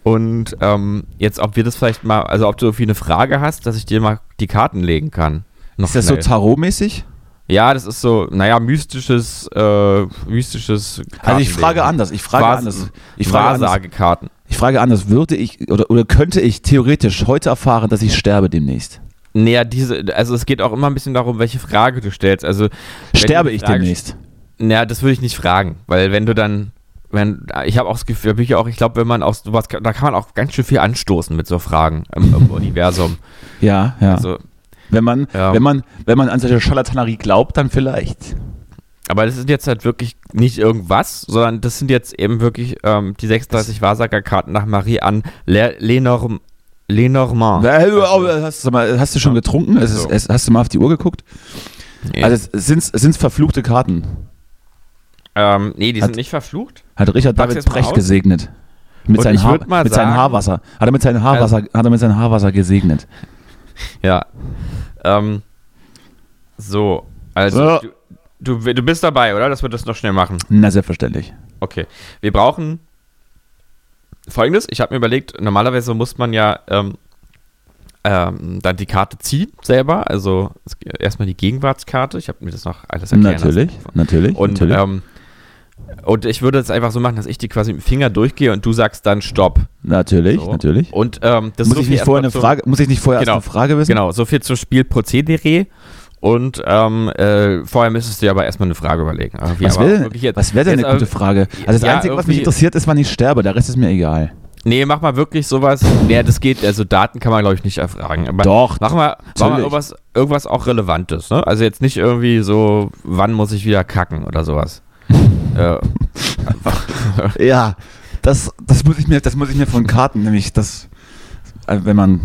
Und ähm, jetzt, ob wir das vielleicht mal, also ob du irgendwie eine Frage hast, dass ich dir mal die Karten legen kann. Noch Ist das schnell. so tarotmäßig? Ja, das ist so, naja, mystisches, äh, mystisches. Also ich Kartenlegen. frage anders, ich frage Was- anders. Ich frage anders. Wahrsagekarten. Ich frage anders, würde ich oder, oder könnte ich theoretisch heute erfahren, dass ich sterbe demnächst? Naja, diese, also es geht auch immer ein bisschen darum, welche Frage du stellst. Also wenn Sterbe du ich fragst- demnächst? Naja, das würde ich nicht fragen, weil wenn du dann, wenn, ich habe auch das Gefühl, da bin ich auch, ich glaube, wenn man aus sowas, kann- da kann man auch ganz schön viel anstoßen mit so Fragen im, im Universum. Ja, ja. Also, wenn man, ja. wenn man, wenn man an solche Scharlatanerie glaubt, dann vielleicht. aber das ist jetzt halt wirklich nicht irgendwas, sondern das sind jetzt eben wirklich ähm, die 36 Wahrsagerkarten nach Marie an Le Lenorm Lenormand. Weil du- also. oh, Hast, du mal, hast du schon getrunken? Es ist, So. es, hast du mal auf die Uhr geguckt? Nee. Also es sind, es sind verfluchte Karten. Ähm, nee, die Hat- sind nicht verflucht. Hat Richard Pack's David jetzt mal Brecht aus. gesegnet. Mit, Und seinem ich Haar, würd mal mit seinem sagen- Also Haarwasser. Hat er mit seinem Haarwasser, hat er mit seinem Haarwasser gesegnet. Ja. Ähm, so, also Ja. Du, du, du bist dabei, oder? Dass wir das noch schnell machen. Na, selbstverständlich. Okay. Wir brauchen folgendes. Ich habe mir überlegt, normalerweise muss man ja ähm, ähm, dann die Karte ziehen selber. Also es- erstmal die Gegenwartskarte. Ich habe mir das noch alles erklären lassen. Natürlich, natürlich. Und natürlich. ähm, Und ich würde es einfach so machen, dass ich die quasi mit dem Finger durchgehe und du sagst dann Stopp. Natürlich, So. natürlich. Und ähm, das ist Muss so ich viel nicht vorher eine erstmal zum- Frage, muss ich nicht vorher Genau. erst eine Frage wissen? Genau, so viel zum Spielprozedere. Und ähm, äh, vorher müsstest du dir aber erstmal eine Frage überlegen. Irgendwie, Was aber wäre wirklich jetzt- was wär denn jetzt, eine gute äh, Frage? Also das ja, Einzige, was mich irgendwie- interessiert, ist, wann ich sterbe. Der Rest ist mir egal. Nee, mach mal wirklich sowas. Nee, das geht. Also Daten kann man, glaube ich, nicht erfragen. Aber Doch, Mach mal, mach mal natürlich. irgendwas, irgendwas auch Relevantes. Ne? Also jetzt nicht irgendwie so, wann muss ich wieder kacken oder sowas. äh, Ja, das, das, muss ich mir, das muss ich mir von Karten, nämlich das, also wenn man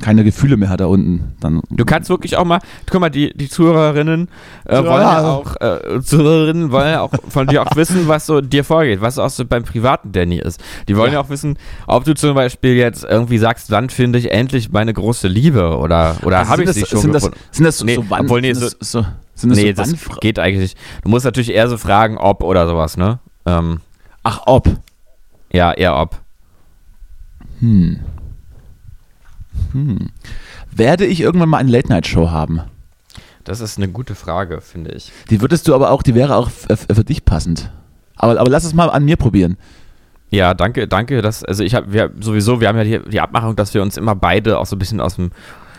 keine Gefühle mehr hat da unten, dann. Du kannst wirklich auch mal, guck mal, die, die Zuhörerinnen äh, wollen ja Ja. auch, äh, Zuhörerinnen wollen ja auch von dir auch wissen, was so dir vorgeht, was auch so beim privaten Danny ist. Die wollen ja, auch wissen, ob du zum Beispiel jetzt irgendwie sagst, wann finde ich endlich meine große Liebe oder, oder Also habe ich sind sie das, schon sind das, gefunden? sind das so, Nee, so Wand- obwohl, nee, sind so- das so, sind das nee, so das Wandfra- geht eigentlich nicht. Du musst natürlich eher so fragen, ob oder sowas, ne? Ähm, Ach, ob. ja, eher ob. Hm. Hm. Werde ich irgendwann mal eine Late-Night-Show haben? Das ist eine gute Frage, finde ich. Die würdest du aber auch, die wäre auch f- f- äh, für dich passend. Aber, aber lass es mal an mir probieren. Ja, danke, danke. Dass, also ich habe wir, sowieso, wir haben ja die, die Abmachung, dass wir uns immer beide auch so ein bisschen aus dem,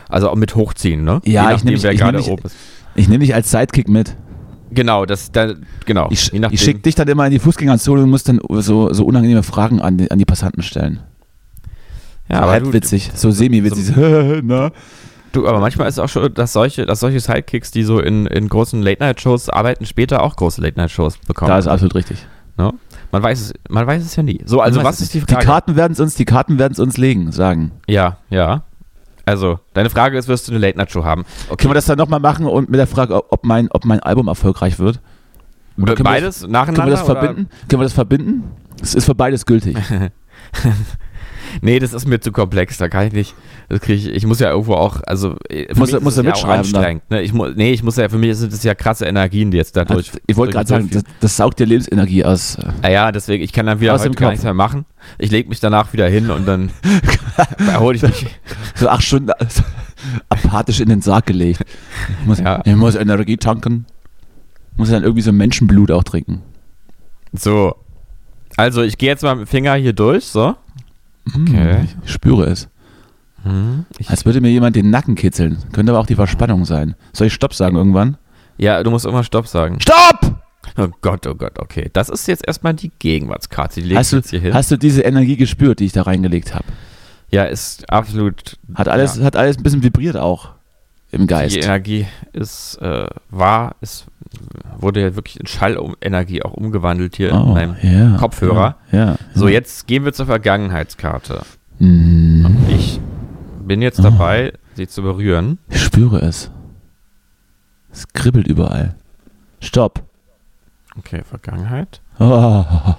also auch mit hochziehen, ne? Ja, Je ich nachdem, nehm mich- wer ich gerade nehm mich- oben ist. Ich nehme dich als Sidekick mit. Genau, das, da, genau. Ich, Je nachdem. ich schicke dich dann immer in die Fußgängerzone und muss dann so, so unangenehme Fragen an die, an die Passanten stellen. Ja, aber aber halb du, witzig, so semi-witzig. Ne? So, na? du, aber manchmal ist auch schon, dass solche, dass solche Sidekicks, die so in, in großen Late-Night-Shows arbeiten, später auch große Late-Night-Shows bekommen. Da ist absolut richtig. ne? Man weiß es, man weiß es ja nie. So, also Man weiß was es ist die nicht. Frage? Die Karten werden es uns, die Karten werden es uns legen, sagen. ja, ja. Also, deine Frage ist, wirst du eine Late-Night-Show haben? Können wir das dann nochmal machen und mit der Frage, ob mein, ob mein Album erfolgreich wird? Be- Oder können wir Beides nacheinander? Können wir das oder- verbinden? Können wir das verbinden? Es ist für beides gültig. Nee, das ist mir zu komplex, da kann ich nicht. Das krieg ich, ich muss ja irgendwo auch, also äh, für Muss- mich muss ist er das ja auch mitschreiben dann. anstrengend. Ne? Ich mu nee, ich muss ja, für mich sind das ja krasse Energien, die jetzt dadurch. Also, ich wollte gerade sagen, das, das saugt dir Lebensenergie aus. äh, Naja, Ah deswegen, ich kann dann wieder Aus heute dem gar Kopf. nichts mehr machen. Ich lege mich danach wieder hin und dann erhole ich mich. So acht Stunden apathisch in den Sarg gelegt. Ich muss, Ja. ich muss Energie tanken. Muss dann irgendwie so Menschenblut auch trinken. So. Also, ich gehe jetzt mal mit dem Finger hier durch, so. Hm, Okay. Hm. Ich spüre es. Ich, Als würde mir jemand den Nacken kitzeln. Könnte aber auch die Verspannung sein. Soll ich Stopp sagen irgendwann? ja, du musst irgendwann Stopp sagen. Stopp! Oh Gott, oh Gott, okay. Das ist jetzt erstmal die Gegenwartskarte. Die lege ich Hast du, jetzt hier hin. hast du diese Energie gespürt, die ich da reingelegt habe? ja, ist absolut. Hat alles, hat alles ein bisschen vibriert auch im Geist. Die Energie ist äh, war, es wurde ja wirklich in Schallenergie auch umgewandelt hier in Oh, meinem ja, Kopfhörer. Ja, ja. So, jetzt gehen wir zur Vergangenheitskarte. Mhm. Oh. Ich bin jetzt dabei, sie zu berühren. Ich spüre es. Es kribbelt überall. Stopp. Okay, Vergangenheit. Ah.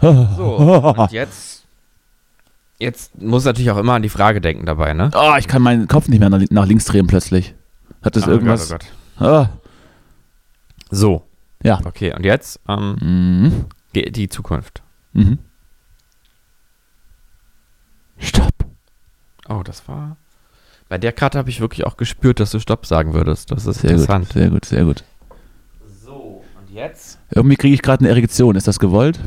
So, Oh. und jetzt, jetzt muss natürlich auch immer an die Frage denken dabei, ne? Ah, ich kann meinen Kopf nicht mehr nach, nach links drehen plötzlich. Hat das Oh Gott, irgendwas? oh Gott. Ah. So, Ja. okay, und jetzt ähm, Mhm. ge- die Zukunft. Mhm. Stopp. Oh, das war. Bei der Karte habe ich wirklich auch gespürt, dass du Stopp sagen würdest. Das ist Sehr gut, interessant. sehr gut, sehr gut. So, und jetzt Irgendwie kriege ich gerade eine Erektion. Ist das gewollt?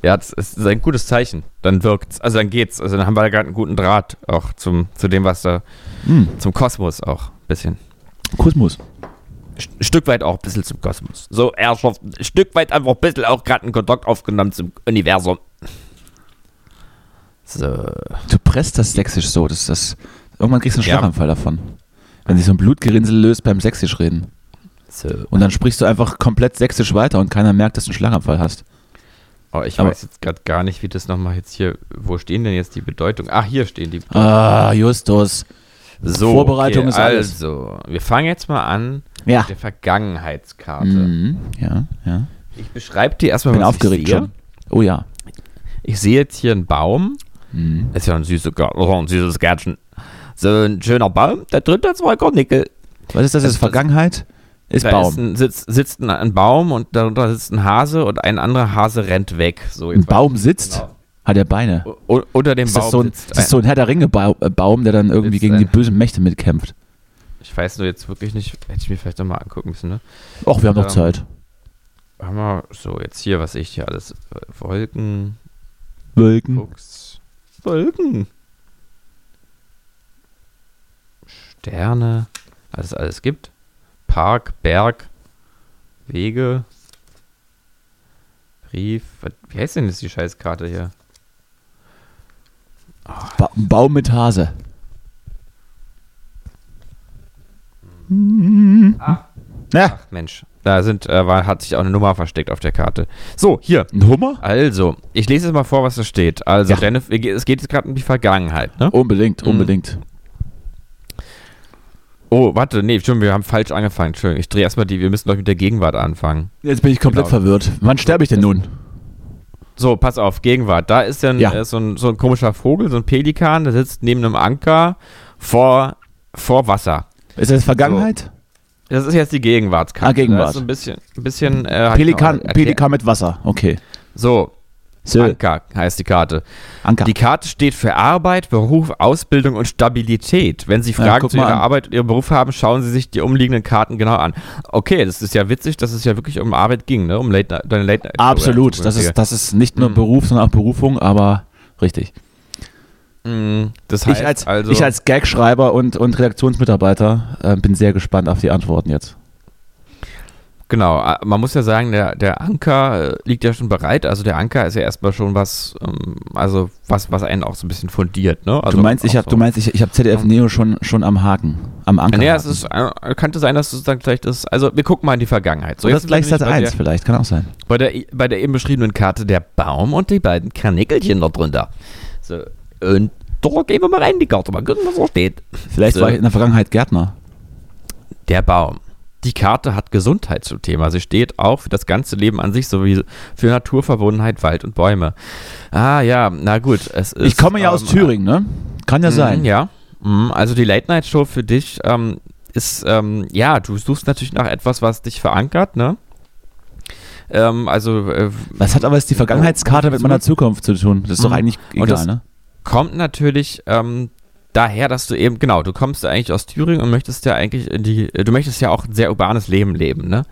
Ja, das ist ein gutes Zeichen. Dann wirkt's. Also dann geht's. Also dann haben wir da gerade einen guten Draht auch zum, zu dem, was da, Hm. zum Kosmos auch ein bisschen. Kussmus. Ein Stück weit auch ein bisschen zum Kosmos. So, Herrschaften, ein Stück weit einfach ein bisschen auch gerade einen Kontakt aufgenommen zum Universum. So. Du presst das sächsisch so. Das, das, irgendwann kriegst du einen Ja. Schlaganfall davon. Wenn sich so ein Blutgerinnsel löst beim sächsisch reden. so. Und dann sprichst du einfach komplett sächsisch weiter und keiner merkt, dass du einen Schlaganfall hast. Oh, ich Aber- weiß jetzt gerade gar nicht, wie das nochmal jetzt hier. Wo stehen denn jetzt die Bedeutung? Ah, hier stehen die. Ah, Justus. So, Vorbereitung okay, ist alles. Also, wir fangen jetzt mal an Ja. mit der Vergangenheitskarte. Mhm. Ja, ja. Ich beschreibe dir erstmal, Bin was ich aufgeregt sehe. schon. Oh ja. Ich sehe jetzt hier einen Baum. Mhm. Ist ja ein süßes, Gar- oh, ein süßes Gärtchen. So ein schöner Baum, da drin hat zwei Kornickel. Was ist das jetzt? Vergangenheit ist Da Baum. Ist ein, sitzt, sitzt ein, ein Baum und darunter sitzt ein Hase und ein anderer Hase rennt weg. So, Ein jetzt Baum sitzt, Genau. hat er Beine. weiß- u- Unter dem Ist Baum das, so ein, sitzt ist das so ein Herr der Ringe-Baum, der dann irgendwie Sitzt gegen die ein- bösen Mächte mitkämpft? ein, Ich weiß nur jetzt wirklich nicht, hätte ich mir vielleicht nochmal angucken müssen. Ne? Och, wir haben noch Ja. Zeit. haben wir so jetzt hier, was ich hier alles. äh, Wolken, Oh. Wölken. Fuchs. Wolken. Sterne, was es alles gibt. Park, Berg, Wege, Brief. Was, wie heißt denn jetzt die Scheißkarte hier? Ba Baum mit Hase. Ach Ja, Mensch, da sind, äh, war, hat sich auch eine Nummer versteckt auf der Karte. So, hier. ein Hummer? Also, ich lese jetzt mal vor, was da steht. Also, Ja. deine, es geht jetzt gerade um die Vergangenheit, ne? Unbedingt, unbedingt. Oh, warte, nee, Entschuldigung, wir haben falsch angefangen. Entschuldigung, ich drehe erstmal die, wir müssen gleich mit der Gegenwart anfangen. Jetzt bin ich komplett Genau. verwirrt. Wann sterbe ich denn nun? So, pass auf, Gegenwart. Da ist ja, ein, Ja. äh, so, ein, so ein komischer Vogel, so ein Pelikan, der sitzt neben einem Anker vor, vor Wasser. Ist das Vergangenheit? Das ist jetzt die Gegenwartskarte. Ah, Gegenwart. Da ist so ein bisschen, ein bisschen äh, hat Pelikan, noch- erklärt. Pelikan mit Wasser. Okay. So, So, Anker heißt die Karte. Anker. Die Karte steht für Arbeit, Beruf, Ausbildung und Stabilität. Wenn Sie Ja, Fragen guck zu mal Ihrer an. Arbeit und Ihrem Beruf haben, schauen Sie sich die umliegenden Karten genau an. Okay, das ist ja witzig, dass es ja wirklich um Arbeit ging, ne? Um Late Night, deine Late Night. Absolut. Das ist, das ist nicht Mhm. nur Beruf, sondern auch Berufung, aber richtig. das heißt Ich als, also, ich als Gagschreiber und, und Redaktionsmitarbeiter äh, bin sehr gespannt auf die Antworten jetzt. Genau, äh, man muss ja sagen, der, der Anker äh, liegt ja schon bereit. Also der Anker ist ja erstmal schon was, ähm, also was, was einen auch so ein bisschen fundiert, ne? Also du meinst, ich auch habe so. du meinst, ich, ich habe ZDF Neo schon, schon am Haken, am Anker. Nee, es ist, äh, könnte sein, dass es dann vielleicht ist. Also wir gucken mal in die Vergangenheit. So, Oder jetzt gleich sind wir Satz nämlich 1 vielleicht, kann auch sein. Bei der, bei der, bei der eben beschriebenen Karte der Baum und die beiden Karnickelchen da drunter. So, und da gehen wir mal rein in die Karte, mal gucken, was da steht. Vielleicht So. war ich in der Vergangenheit Gärtner. Der Baum. Die Karte hat Gesundheit zum Thema. Sie steht auch für das ganze Leben an sich sowie für Naturverbundenheit, Wald und Bäume. Ah ja, na gut. Es ist, Ich komme ja aus ähm, Thüringen, ne? Kann ja Mhm, sein. Ja. Mhm, Also die Late Night Show für dich ähm, ist, ähm, ja, du suchst natürlich nach etwas, was dich verankert, ne? Ähm, also äh, Was hat aber jetzt die Vergangenheitskarte mit meiner Zukunft zu tun? Das ist doch Mhm. eigentlich Und egal, das- ne? kommt natürlich ähm, daher, dass du eben, genau, du kommst ja eigentlich aus Thüringen und möchtest ja eigentlich in die, du möchtest ja auch ein sehr urbanes Leben leben, ne?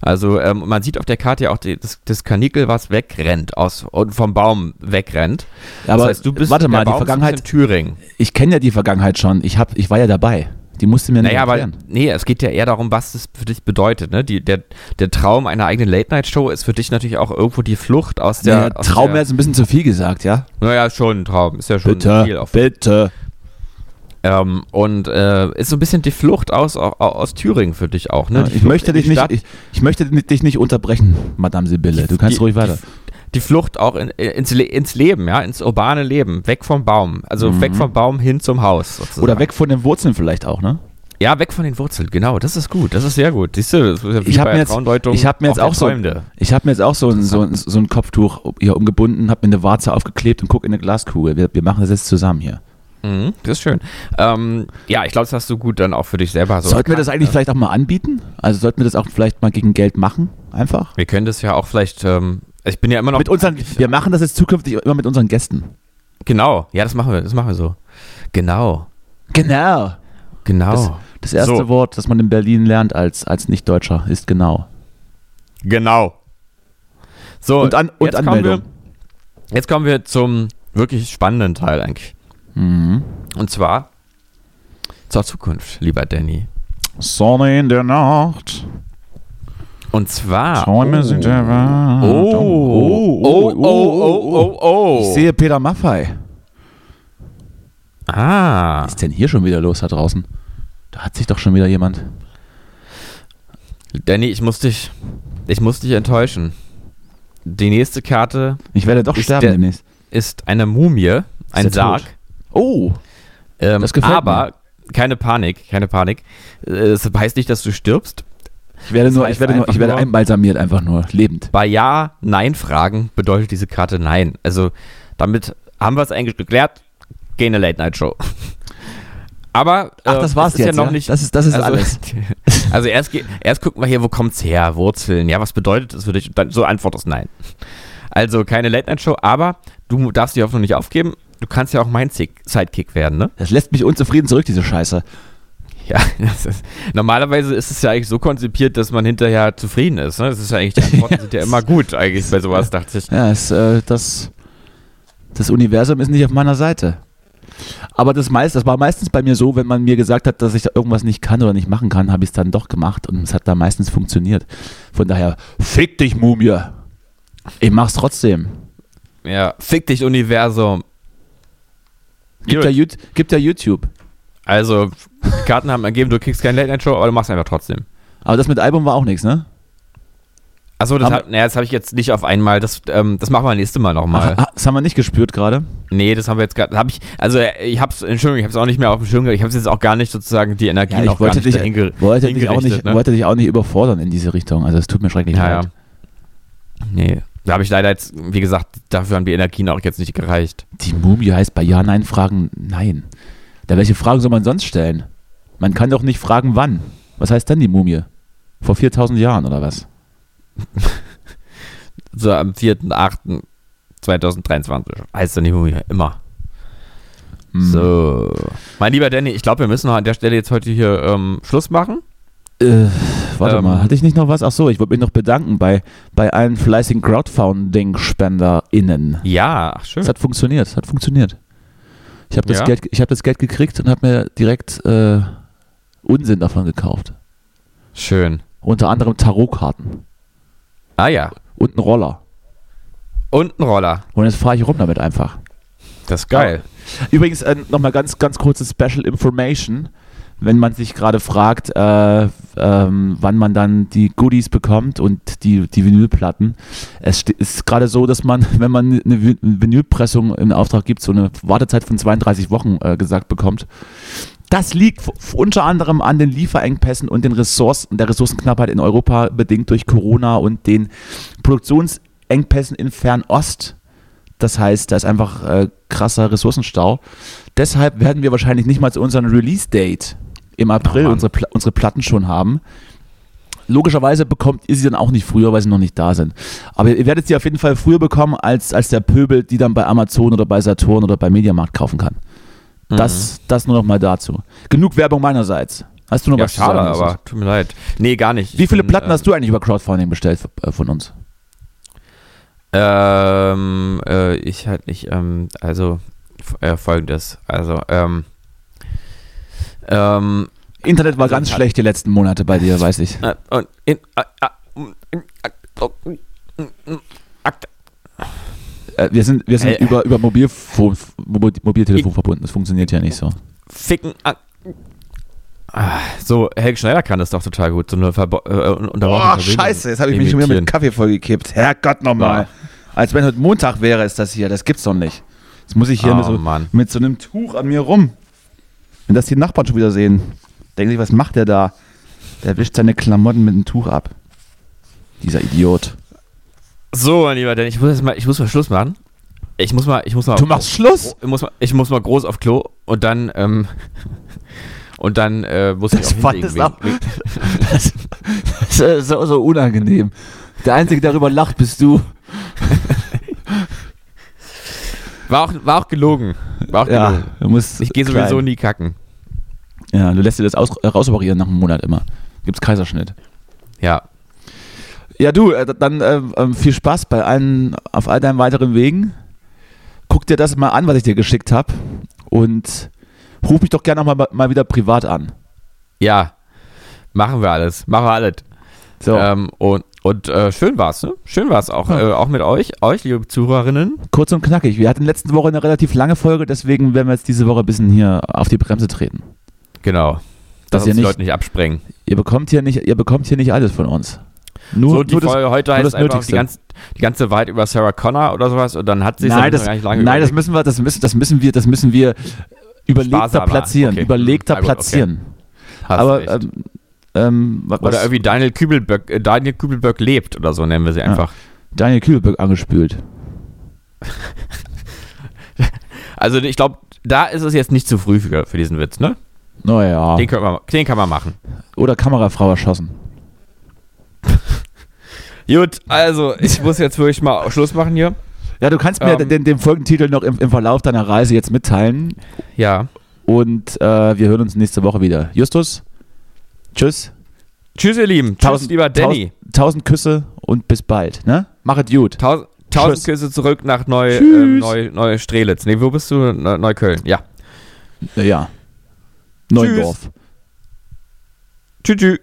Also ähm, man sieht auf der Karte ja auch die, das, das Kanikel, was wegrennt aus und vom Baum wegrennt. Aber das heißt, du bist warte der mal, die Baum sitzt in Vergangenheit, Thüringen. ich kenne ja die Vergangenheit schon. Ich, hab, ich war ja dabei. Die musste mir nicht Naja, aber erklären. nee, es geht ja eher darum, was das für dich bedeutet. Ne? Die, der, der Traum einer eigenen Late-Night-Show ist für dich natürlich auch irgendwo die Flucht aus der. naja, aus Traum wäre der, jetzt ein bisschen zu viel gesagt, ja? Naja, schon ein Traum. Ist ja schon viel Bitte, auf. bitte. Ähm, und äh, ist so ein bisschen die Flucht aus, au- aus Thüringen für dich auch. Ne? Ja, Die ich, Flucht möchte in die dich nicht, Stadt, ich, ich möchte ni- dich nicht unterbrechen, Madame Sibylle. Du kannst die- ruhig weiter. die Flucht auch in, ins, Le ins Leben, ja, ins urbane Leben. Weg vom Baum. Also weg vom Baum hin zum Haus. Sozusagen. Mhm. Oder weg von den Wurzeln vielleicht auch, ne? Ja, weg von den Wurzeln. Genau, das ist gut. Das ist sehr gut. Siehst du, das ist ja wie Ich habe bei mir jetzt, Traumdeutung ich hab mir jetzt auch, der so, Träumende. ich hab mir jetzt auch so, ein, so, ein, so ein Kopftuch hier umgebunden, habe mir eine Warze aufgeklebt und guck in eine Glaskugel. Wir, wir machen das jetzt zusammen hier. Mhm, das ist schön. Ähm, ja, ich glaube, das hast du gut dann auch für dich selber so. sollten wir das erkannt, eigentlich ne? vielleicht auch mal anbieten? Also sollten wir das auch vielleicht mal gegen Geld machen? Einfach? ne? Wir können das ja auch vielleicht. Ähm, ich bin ja immer noch. Mit unseren, wir machen das jetzt zukünftig immer mit unseren Gästen. genau, ja, das machen wir. Das machen wir so. Genau, Genau. genau, Das, das erste So. Wort, das man in Berlin lernt als, als Nicht-Deutscher, ist genau. genau. So Und, an, und jetzt Anmeldung. Kommen wir, jetzt kommen wir zum wirklich spannenden Teil eigentlich. Mhm. Und zwar zur Zukunft, lieber Danny. Sonne in der Nacht. Und zwar. Träume sind der Wahrheit. oh, oh, oh, oh, oh, oh. Ich sehe Peter Maffei. Ah. Was ist denn hier schon wieder los da draußen? Da hat sich doch schon wieder jemand. Danny, ich muss dich, ich muss dich enttäuschen. Die nächste Karte Ich werde doch Ist sterben der- demnächst. ist eine Mumie, ein Ist er tot? Sarg. Oh, Ähm, Das gefällt aber keine Panik, keine Panik. Äh, Es heißt nicht, dass du stirbst. ich werde nur, ich heißt werde nur, ich einfach werde nur- einbalsamiert einfach nur, lebend. Bei Ja, Nein-Fragen bedeutet diese Karte Nein. Also damit haben wir es eigentlich geklärt. Keine Late-Night-Show. Aber Ach, äh, das es war's ist ja jetzt, noch ja? nicht. Das ist- das ist also, alles. Also erst, ge- erst gucken wir hier, wo kommt's her? Wurzeln. Ja, was bedeutet das für dich? Und dann so Antwort ist Nein. Also keine Late-Night-Show, aber du darfst die Hoffnung nicht aufgeben. Du kannst ja auch mein Sidekick werden, ne? Das lässt mich unzufrieden zurück, diese Scheiße. Ja, das ist, normalerweise ist es ja eigentlich so konzipiert, dass man hinterher zufrieden ist. Ne? Das ist ja eigentlich, die Antworten sind ja immer gut eigentlich bei sowas, dachte ich. Ja, es, äh, das, das Universum ist nicht auf meiner Seite. Aber das, meist, das war meistens bei mir so, wenn man mir gesagt hat, dass ich da irgendwas nicht kann oder nicht machen kann, habe ich es dann doch gemacht und es hat da meistens funktioniert. Von daher, fick dich, Mumie! Ich mach's trotzdem. Ja, fick dich Universum. Gibt Gut. ja, Yout- gibt ja YouTube. Also, die Karten haben ergeben, du kriegst keine Late-Night-Show, aber du machst einfach trotzdem. Aber das mit Album war auch nichts, ne? Achso, das, Aber- hab- naja, das habe ich jetzt nicht auf einmal. Das, ähm, das machen wir nächste Mal nochmal. Ah, das haben wir nicht gespürt gerade. Nee, das haben wir jetzt gerade. Hab ich, also äh, ich hab's, Entschuldigung, ich hab's auch nicht mehr auf dem Schirm gehabt. Ich hab's jetzt auch gar nicht sozusagen die Energie Ja, noch ich wollte gar nicht dich, dahin ge- wollte, dich auch nicht, hingerichtet, ne? wollte dich auch nicht überfordern in diese Richtung. Also es tut mir schrecklich ja, ja. leid. Nee. Da habe ich leider jetzt, wie gesagt, dafür haben die Energien auch jetzt nicht gereicht. Die Mumie heißt bei Ja-Nein-Fragen Nein. Da welche Fragen soll man sonst stellen? Man kann doch nicht fragen, wann. Was heißt dann die Mumie? Vor 4000 Jahren oder was? So am 4.8.2023 heißt dann die Mumie immer. Hm. So. Mhm. Mein lieber Danny, ich glaube, wir müssen noch an der Stelle jetzt heute hier ähm, Schluss machen. Äh, warte Ähm. mal, hatte ich nicht noch was? Ach so, ich wollte mich noch bedanken bei, bei allen fleißigen Crowdfunding-SpenderInnen. Ja, ach, schön. Es hat funktioniert, es hat funktioniert. Ich habe das, Ja? Geld- ich hab das Geld gekriegt und habe mir direkt äh, Unsinn davon gekauft. Schön. Unter anderem Tarotkarten Ah ja. und einen Roller. Und ein Roller. Und jetzt fahre ich rum damit einfach. Das ist geil. Übrigens äh, nochmal ganz, ganz kurze Special Information. Wenn man sich gerade fragt, äh, ähm, wann man dann die Goodies bekommt und die, die Vinylplatten. Es ste- ist gerade so, dass man, wenn man eine Vi- Vinylpressung in Auftrag gibt, so eine Wartezeit von 32 Wochen äh, gesagt bekommt. Das liegt f- f- unter anderem an den Lieferengpässen und den Ressourcen, der Ressourcenknappheit in Europa, bedingt durch Corona und den Produktionsengpässen in Fernost. Das heißt, da ist einfach äh, krasser Ressourcenstau. Deshalb werden wir wahrscheinlich nicht mal zu unserem Release-Date im April Oh Mann. unsere, Pla unsere Platten schon haben. Logischerweise bekommt ihr sie dann auch nicht früher, weil sie noch nicht da sind. Aber ihr werdet sie auf jeden Fall früher bekommen, als, als der Pöbel, die dann bei Amazon oder bei Saturn oder bei Mediamarkt kaufen kann. Mhm. Das, das nur noch mal dazu. Genug Werbung meinerseits. Hast du noch Ja, was zu sagen? schade, Jesus? aber tut mir leid. Nee, gar nicht. Wie Ich viele bin, Platten ähm, hast du eigentlich über Crowdfunding bestellt äh, von uns? Ähm, äh, ich halt nicht, ähm, also f- äh, folgendes. Also, ähm, ähm, Internet war ganz ich hab- schlecht die letzten Monate bei dir, weiß ich. äh, und in, äh, äh, in, äh, äh, Äh, wir sind, wir sind Äh. über, über Mobilfo Mobil Mobiltelefon verbunden. Das funktioniert ja nicht so. ficken. Äh, Ah, so, Helge Schneider kann das doch total gut, so eine Verbo äh, unterbrochene Verbindung imitieren. Kaffee vollgekippt. Herrgott nochmal. Als wenn heute Montag wäre, ist das hier. Das gibt's doch nicht. Jetzt muss ich hier mit so- mit so einem Tuch an mir rum. Wenn das die Nachbarn schon wieder sehen, denken sich, was macht der da? Der wischt seine Klamotten mit einem Tuch ab. Dieser Idiot. So, mein lieber, denn ich muss jetzt mal, ich muss mal Schluss machen. Ich muss mal, ich muss mal. Schluss? Ich muss mal, ich muss mal groß auf Klo und dann, ähm, und dann äh, muss Das ich auch fand hinlegen. es wegen- auch- Das das ist so, so unangenehm. Der Einzige, der darüber lacht, bist du. War auch, war auch gelogen. War auch Ja, gelogen. du musst Ich gehe sowieso nie kacken. nie. Ja, du lässt dir das aus, äh, rausoperieren nach einem Monat immer. Gibt's Kaiserschnitt. Ja. Ja, du, äh, dann äh, ähm, viel Spaß bei allen, auf all deinen weiteren Wegen. Guck dir das mal an, was ich dir geschickt habe. Und ruf mich doch gerne noch mal, mal wieder privat an. Ja. Machen wir alles. Machen wir alles. So, Ähm, und und äh, schön war's, ne? Schön war's auch. Ja. Äh, auch mit euch, euch, liebe Zuhörerinnen. kurz und knackig. Wir hatten letzte Woche eine relativ lange Folge, deswegen werden wir jetzt diese Woche ein bisschen hier auf die Bremse treten. Genau. Dass Dass ihr uns die nicht- Leute nicht absprengen. Ihr bekommt hier nicht, ihr bekommt hier nicht alles von uns. Nur, so, die nur das- Folge heute nur heißt das einfach die Nötigste. ganze, die ganze Wahrheit über Sarah Connor oder sowas und dann hat sie nein, das, gar nicht lange nein das überlegt. müssen wir, das müssen, das müssen wir, das müssen wir überlegter Sparsamer, platzieren. okay. Überlegter Na gut, okay. platzieren. Hast Aber recht. ähm, ähm, wa- was, oder irgendwie Daniel Kübelböck, äh, Daniel Kübelböck lebt oder so nennen wir sie einfach. Daniel Kühlberg angespült. Also ich glaube, da ist es jetzt nicht zu früh für, für diesen Witz, ne? Naja. Den, können wir, den kann man machen. Oder Kamerafrau erschossen. Gut, also ich muss jetzt wirklich mal Schluss machen hier. Ja, du kannst mir Ähm. den, den folgenden Titel noch im, im Verlauf deiner Reise jetzt mitteilen Ja. Und äh, wir hören uns nächste Woche wieder. Justus, tschüss. Tschüss, ihr Lieben. Tschüss, lieber Danny. Tausend, tausend Küsse und bis bald. Ne? Machet gut. Tausend, tausend Tschüss. Küsse zurück nach Neu, ähm, Neu, Neu Strelitz. Nee, wo bist du? Neu- Neukölln. Ja. Ja. Neundorf. Tschüss. tschüss.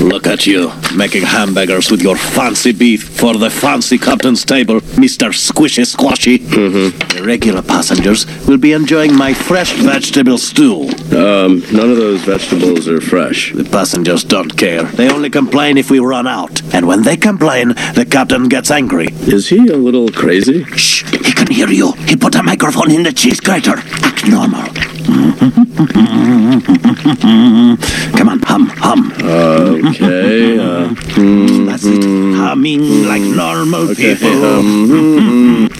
Look at you, making hamburgers with your fancy beef for the fancy captain's table, Mr. Squishy Squashy. The regular passengers will be enjoying my fresh vegetable stew. Um, none of those vegetables are fresh. The passengers don't care. They only complain if we run out. And when they complain, the captain gets angry. Is he a little crazy? Shh, he can hear you. He put a microphone in the cheese grater. Act normal. Come on, hum, hum. Okay, uh, That's it. Humming like normal okay. people. Um,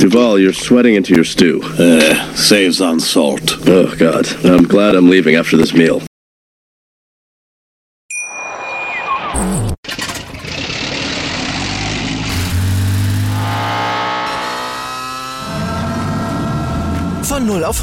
Duval, you're sweating into your stew. Uh, saves on salt. Oh, God. I'm glad I'm leaving after this meal. Von 0 auf